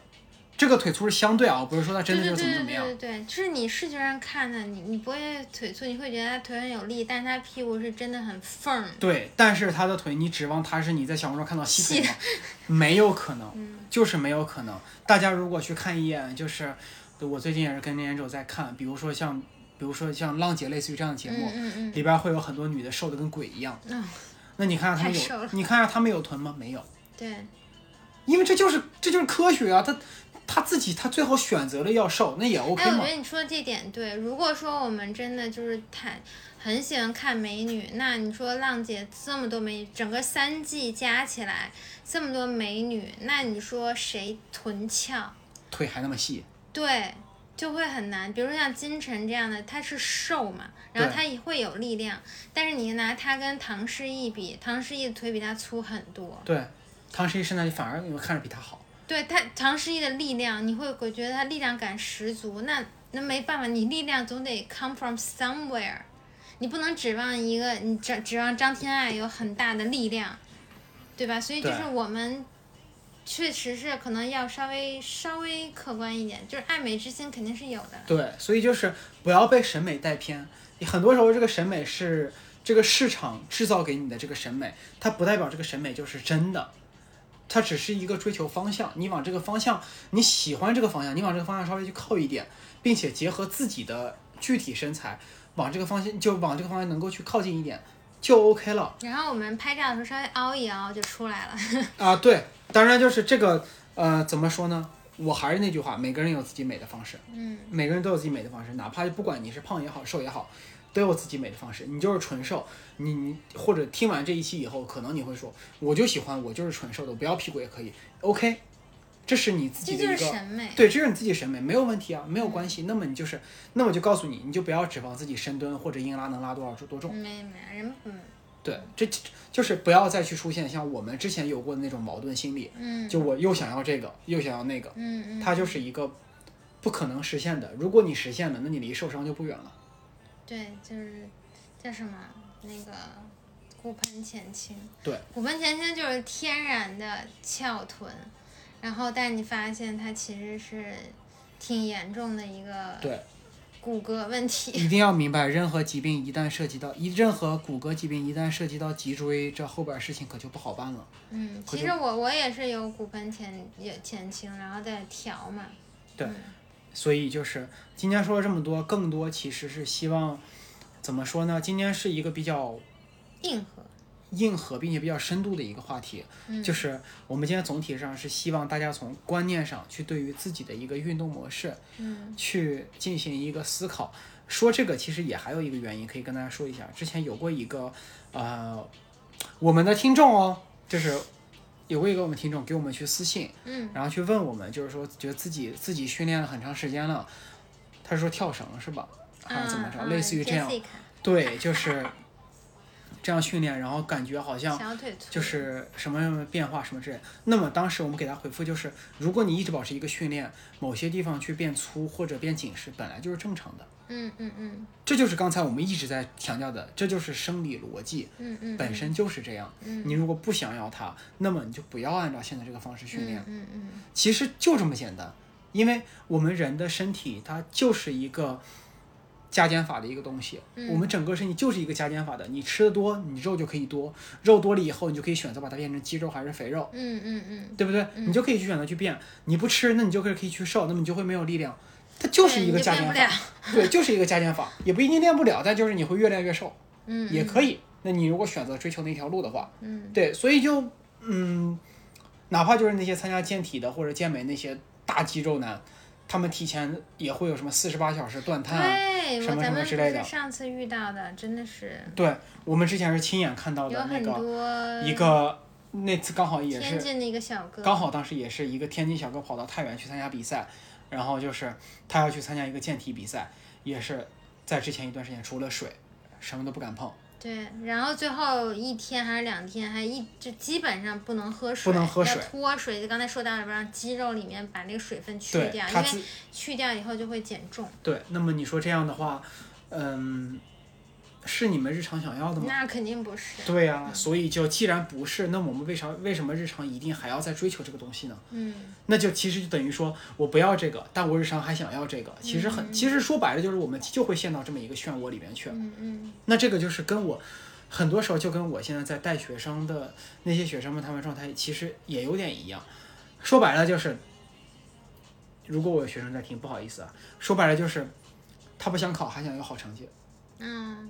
Speaker 2: 这个腿粗是相对啊，我不是说他真的
Speaker 1: 对
Speaker 2: 就
Speaker 1: 对
Speaker 2: 是怎么
Speaker 1: 对
Speaker 2: 怎么样。
Speaker 1: 对对对，就是你视觉上看的，你你不会腿粗，你会觉得他腿很有力，但是他屁股是真的很缝儿。
Speaker 2: 对，但是他的腿，你指望他是你在小红书上看到细腿吗？ 没有可能，
Speaker 1: 嗯
Speaker 2: 就是没有可能。大家如果去看一眼，就是我最近也是跟研者在看，比如说像，比如说像浪姐类似于这样的节目，
Speaker 1: 嗯嗯嗯，
Speaker 2: 里边会有很多女的瘦的跟鬼一样。
Speaker 1: 嗯
Speaker 2: 那你看看她们
Speaker 1: 太瘦
Speaker 2: 有
Speaker 1: 了，
Speaker 2: 你看看她们有臀吗？没有，
Speaker 1: 对，
Speaker 2: 因为这就是这就是科学啊。她她自己她最后选择了要瘦，那也 OK
Speaker 1: 哎，我
Speaker 2: 嘛
Speaker 1: 觉。得你说的这点对。如果说我们真的就是太很喜欢看美女，那你说浪姐这么多美女，整个三季加起来这么多美女，那你说谁臀翘？
Speaker 2: 腿还那么细，
Speaker 1: 对，就会很难。比如像金晨这样的，她是瘦嘛，然后
Speaker 2: 对
Speaker 1: 她也会有力量，但是你拿她跟唐诗逸比，唐诗逸的腿比她粗很多。
Speaker 2: 对，唐诗逸身材反而你们看着比她好。
Speaker 1: 对她，唐诗逸的力量，你会会觉得她力量感十足。那那没办法，你力量总得 come from somewhere，你不能指望一个你指指望张天爱有很大的力量，对吧？所以就是
Speaker 2: 对
Speaker 1: 我们。确实是可能要稍微稍微客观一点，就是爱美之心肯定是有的。
Speaker 2: 对，所以就是不要被审美带偏。很多时候，这个审美是这个市场制造给你的这个审美，它不代表这个审美就是真的，它只是一个追求方向。你往这个方向，你喜欢这个方向，你往这个方向稍微去靠一点，并且结合自己的具体身材，往这个方向就往这个方向能够去靠近一点，就 OK 了。
Speaker 1: 然后我们拍照的时候稍微凹一凹就出来了。
Speaker 2: 啊，对，当然就是这个，呃，怎么说呢？我还是那句话，每个人有自己美的方式，
Speaker 1: 嗯，
Speaker 2: 每个人都有自己美的方式，哪怕不管你是胖也好，瘦也好，都有自己美的方式。你就是纯瘦，你你或者听完这一期以后，可能你会说，我就喜欢我就是纯瘦的，我不要屁股也可以，OK，这是你自己
Speaker 1: 这就
Speaker 2: 的一
Speaker 1: 是嗯
Speaker 2: 个
Speaker 1: 审美。
Speaker 2: 对，这是你自己审美，没有问题啊，没有关系。那么你就是，那我就告诉你，你就不要指望自己深蹲或者硬拉能拉多少多重。
Speaker 1: 没没人嗯
Speaker 2: 对，这这就是不要再去出现像我们之前有过的那种矛盾心理，
Speaker 1: 嗯
Speaker 2: 就我又想要这个，又想要那个，
Speaker 1: 嗯嗯，
Speaker 2: 它就是一个不可能实现的。如果你实现了，那你离受伤就不远了。
Speaker 1: 对，就是叫什么那个骨盆前倾。
Speaker 2: 对，
Speaker 1: 骨盆前倾就是天然的翘臀，然后但你发现它其实是挺严重的一个
Speaker 2: 对，
Speaker 1: 骨骼问题。
Speaker 2: 一定要明白，任何疾病一旦涉及到一任何骨骼疾病一旦涉及到脊椎，这后边儿事情可就不好办了。
Speaker 1: 嗯，
Speaker 2: 可
Speaker 1: 其
Speaker 2: 就
Speaker 1: 实我我也是有骨盆前也前倾，然后再调嘛。
Speaker 2: 对所以就是今天说了这么多，更多其实是希望怎么说呢？今天是一个比较
Speaker 1: 硬核。
Speaker 2: 硬核并且比较深度的一个话题，
Speaker 1: 嗯
Speaker 2: 就是我们今天总体上是希望大家从观念上去对于自己的一个运动模式
Speaker 1: 嗯
Speaker 2: 去进行一个思考。说这个其实也还有一个原因可以跟大家说一下，之前有过一个呃我们的听众哦，就是有过一个我们听众给我们去私信，
Speaker 1: 嗯
Speaker 2: 然后去问我们，就是说觉得自己自己训练了很长时间了，他说跳绳是吧，还是
Speaker 1: 嗯
Speaker 2: 怎
Speaker 1: 啊
Speaker 2: 么着，类似于这样，对，就是这样训练，然后感觉好像。
Speaker 1: 小腿粗，
Speaker 2: 就是什么变化什么之类的。那么当时我们给他回复就是，如果你一直保持一个训练，某些地方去变粗或者变紧实，本来就是正常的。
Speaker 1: 嗯嗯嗯
Speaker 2: 这就是刚才我们一直在强调的，这就是生理逻辑，
Speaker 1: 嗯嗯，
Speaker 2: 本身就是这样。你如果不想要它，那么你就不要按照现在这个方式训练，
Speaker 1: 嗯嗯
Speaker 2: 其实就这么简单。因为我们人的身体它就是一个加减法的一个东西，
Speaker 1: 嗯
Speaker 2: 我们整个身体就是一个加减法的。你吃的多，你肉就可以多，肉多了以后，你就可以选择把它变成肌肉还是肥肉。
Speaker 1: 嗯嗯嗯，
Speaker 2: 对不对？你就可以去选择去变，你不吃，那你就可以可以去瘦，那么你就会没有力量。它就是一个加减法，
Speaker 1: 法，
Speaker 2: 对，就是一个加减法，也不一定练不了，但就是你会越练越瘦，
Speaker 1: 嗯
Speaker 2: 也可以。那你如果选择追求那条路的话，
Speaker 1: 嗯
Speaker 2: 对，所以就嗯，哪怕就是那些参加健体的或者健美那些大肌肉男，他们提前也会有什么四十八小时断碳啊，
Speaker 1: 对，
Speaker 2: 什
Speaker 1: 我
Speaker 2: 么什
Speaker 1: 咱
Speaker 2: 么
Speaker 1: 们
Speaker 2: 之类的
Speaker 1: 不是上次遇到的，真的是
Speaker 2: 对我们之前是亲眼看到
Speaker 1: 有
Speaker 2: 的那
Speaker 1: 很
Speaker 2: 个
Speaker 1: 多
Speaker 2: 一个那次刚好也是
Speaker 1: 天津的一个小哥，
Speaker 2: 刚好当时也是一个天津小哥跑到太原去参加比赛，然后就是他要去参加一个健体比赛，也是在之前一段时间除了水什么都不敢碰，
Speaker 1: 对，然后最后一天还是两天，还一就基本上不能喝水，
Speaker 2: 不能喝水
Speaker 1: 要脱水。就刚才说到，要不让肌肉里面把那个水分去
Speaker 2: 对
Speaker 1: 掉，因
Speaker 2: 他
Speaker 1: 为
Speaker 2: 自
Speaker 1: 去掉以后就会减重。
Speaker 2: 对。那么你说这样的话，嗯，是你们日常想要的吗？
Speaker 1: 那肯定不是，
Speaker 2: 对呀、所以就既然不是，那我们为啥为什么日常一定还要再追求这个东西呢？
Speaker 1: 嗯，
Speaker 2: 那就其实就等于说我不要这个，但我日常还想要这个，其实很，其实说白了就是我们就会陷到这么一个漩涡里面去。
Speaker 1: 嗯嗯
Speaker 2: 那这个就是跟我很多时候就跟我现在在带学生的那些学生们，他们状态其实也有点一样。说白了就是，如果我有学生在听，不好意思啊，说白了就是他不想考，还想有好成绩，
Speaker 1: 嗯，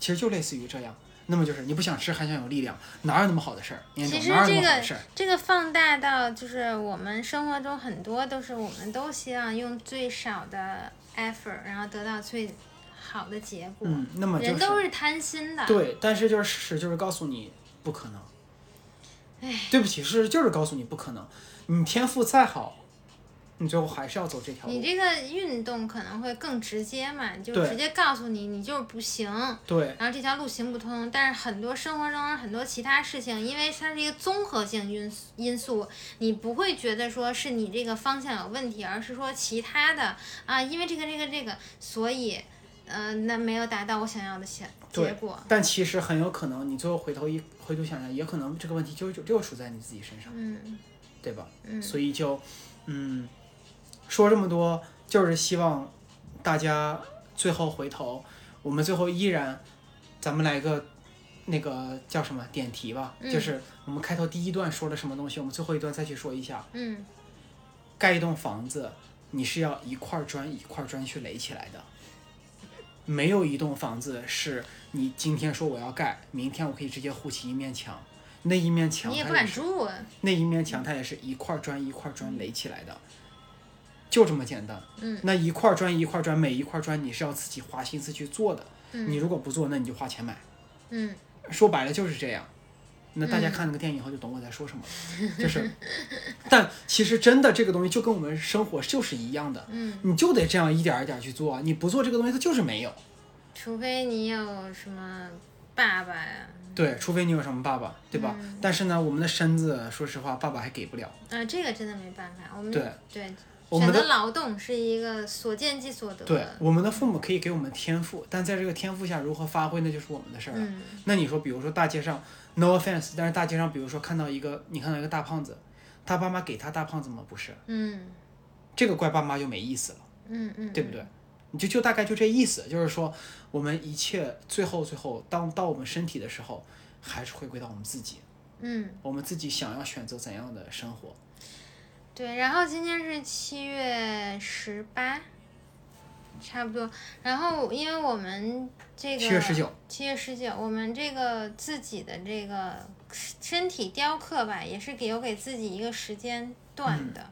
Speaker 2: 其实就类似于这样。那么就是你不想吃，还想有力量，哪有那么好的事儿？年
Speaker 1: 其
Speaker 2: 终
Speaker 1: 实
Speaker 2: 哪有那
Speaker 1: 这
Speaker 2: 么好
Speaker 1: 个
Speaker 2: 的事儿？
Speaker 1: 这个放大到就是我们生活中很多都是我们都希望用最少的 effort，然后得到最好的结果。
Speaker 2: 嗯，那么就
Speaker 1: 人
Speaker 2: 是
Speaker 1: 都是贪心的，
Speaker 2: 对，但是就是事实就是告诉你不可能。对不起，事实就是告诉你不可能。你天赋再好，你最后还是要走这条
Speaker 1: 你
Speaker 2: 路。
Speaker 1: 这个运动可能会更直接嘛，就
Speaker 2: 对
Speaker 1: 直接告诉你，你就是不行，
Speaker 2: 对，
Speaker 1: 然后这条路行不通。但是很多生活中很多其他事情，因为它是一个综合性因素因素，你不会觉得说是你这个方向有问题，而是说其他的啊，因为这个这个这个，所以呃，那没有达到我想要的结
Speaker 2: 对
Speaker 1: 结果。
Speaker 2: 但其实很有可能，你最后回头一回头想想，也可能这个问题就就就出在你自己身上，
Speaker 1: 嗯
Speaker 2: 对吧？
Speaker 1: 嗯
Speaker 2: 所以就，嗯，说这么多，就是希望大家最后回头，我们最后依然，咱们来个那个叫什么点题吧，
Speaker 1: 嗯
Speaker 2: 就是我们开头第一段说了什么东西，我们最后一段再去说一下。
Speaker 1: 嗯，
Speaker 2: 盖一栋房子，你是要一块砖一块砖去垒起来的。没有一栋房子是你今天说我要盖，明天我可以直接护起一面墙，那一面墙
Speaker 1: 你也不
Speaker 2: 它也
Speaker 1: 敢
Speaker 2: 是
Speaker 1: 住啊，
Speaker 2: 那一面墙它也是一块砖一块砖垒起来的，就这么简单。
Speaker 1: 嗯，
Speaker 2: 那一块砖一块砖，每一块砖你是要自己花心思去做的。
Speaker 1: 嗯
Speaker 2: 你如果不做，那你就花钱买。
Speaker 1: 嗯
Speaker 2: 说白了就是这样。那大家看那个电影以后就懂我在说什么了，就是，但其实真的这个东西就跟我们生活就是一样的，
Speaker 1: 嗯，
Speaker 2: 你就得这样一点儿一点儿去做啊，你不做这个东西它就是没有，
Speaker 1: 除非你有什么爸爸呀、
Speaker 2: 对，除非你有什么爸爸，对吧？但是呢，我们的身子，说实话，爸爸还给不了，
Speaker 1: 啊，这个真的没办法，我们
Speaker 2: 对
Speaker 1: 对
Speaker 2: 我
Speaker 1: 选
Speaker 2: 们的
Speaker 1: 择劳动是一个所见即所得。
Speaker 2: 对，我们的父母可以给我们天赋，但在这个天赋下如何发挥，那就是我们的事儿了。
Speaker 1: 嗯
Speaker 2: 那你说，比如说大街上，no offense，但是大街上，比如说看到一个，你看到一个大胖子，他爸妈给他大胖子吗？不是，
Speaker 1: 嗯
Speaker 2: 这个怪爸妈就没意思了。
Speaker 1: 嗯嗯，
Speaker 2: 对不对？你就就大概就这意思，就是说我们一切最后最后当到我们身体的时候，还是回归到我们自己，
Speaker 1: 嗯，
Speaker 2: 我们自己想要选择怎样的生活。
Speaker 1: 对。然后今天是七月十八，差不多。然后因为我们这个
Speaker 2: 七月十九，
Speaker 1: 七月十九，我们这个自己的这个身体雕刻吧，也是给有给自己一个时间段
Speaker 2: 嗯
Speaker 1: 的。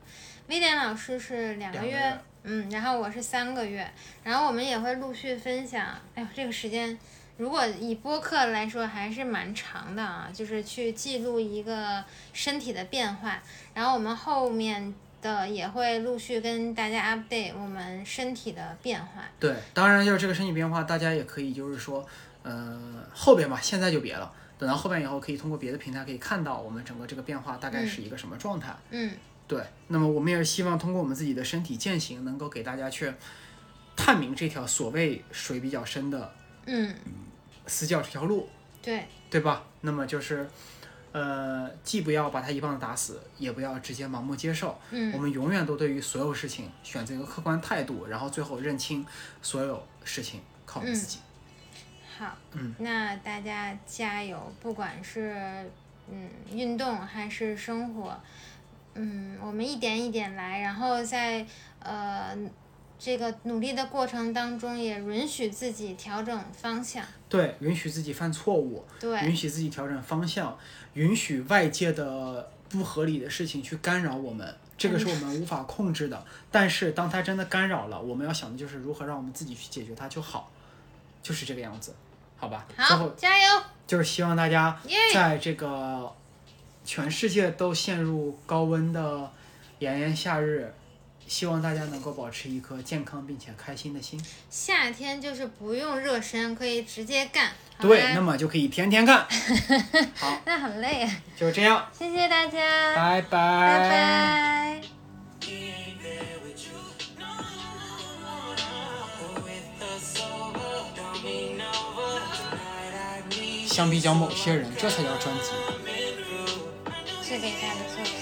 Speaker 1: 威廉老师是两个
Speaker 2: 两个
Speaker 1: 月，
Speaker 2: 月
Speaker 1: 嗯，然后我是三个月，然后我们也会陆续分享。哎呦，这个时间如果以播客来说，还是蛮长的啊，就是去记录一个身体的变化。然后我们后面的也会陆续跟大家 update 我们身体的变化。
Speaker 2: 对，当然要是这个身体变化，大家也可以就是说，呃，后边吧，现在就别了，等到后边以后，可以通过别的平台可以看到我们整个这个变化大概是一个什么状态。
Speaker 1: 嗯，
Speaker 2: 对，那么我们也是希望通过我们自己的身体践行，能够给大家去探明这条所谓水比较深的
Speaker 1: 嗯，
Speaker 2: 私教这条路，
Speaker 1: 对，
Speaker 2: 对吧？那么就是，呃，既不要把它一棒子打死，也不要直接盲目接受。我
Speaker 1: 嗯，
Speaker 2: 们永远都对于所有事情选择一个客观态度，然后最后认清所有事情靠我们自己。
Speaker 1: 好，
Speaker 2: 嗯，
Speaker 1: 那大家加油，不管是嗯运动还是生活，嗯，我们一点一点来，然后在呃这个努力的过程当中，也允许自己调整方向。
Speaker 2: 对，允许自己犯错误，
Speaker 1: 嗯对，
Speaker 2: 允许自己调整方向，允许外界的不合理的事情去干扰我们，这个是我们无法控制的。但是当它真的干扰了，我们要想的就是如何让我们自己去解决它就好，就是这个样子，好吧？最
Speaker 1: 好
Speaker 2: 后，
Speaker 1: 加油，
Speaker 2: 就是希望大家
Speaker 1: 耶！
Speaker 2: 在这个全世界都陷入高温的炎炎夏日，希望大家能够保持一颗健康并且开心的心。
Speaker 1: 夏天就是不用热身，可以直接干。好
Speaker 2: 对，
Speaker 1: 吧
Speaker 2: 那么就可以天天 干。好，
Speaker 1: 那很累啊。
Speaker 2: 就这样，
Speaker 1: 谢谢大家，
Speaker 2: 拜拜。
Speaker 1: 拜拜
Speaker 2: 相比较某些人，这才叫专辑。
Speaker 1: 是给大家做的。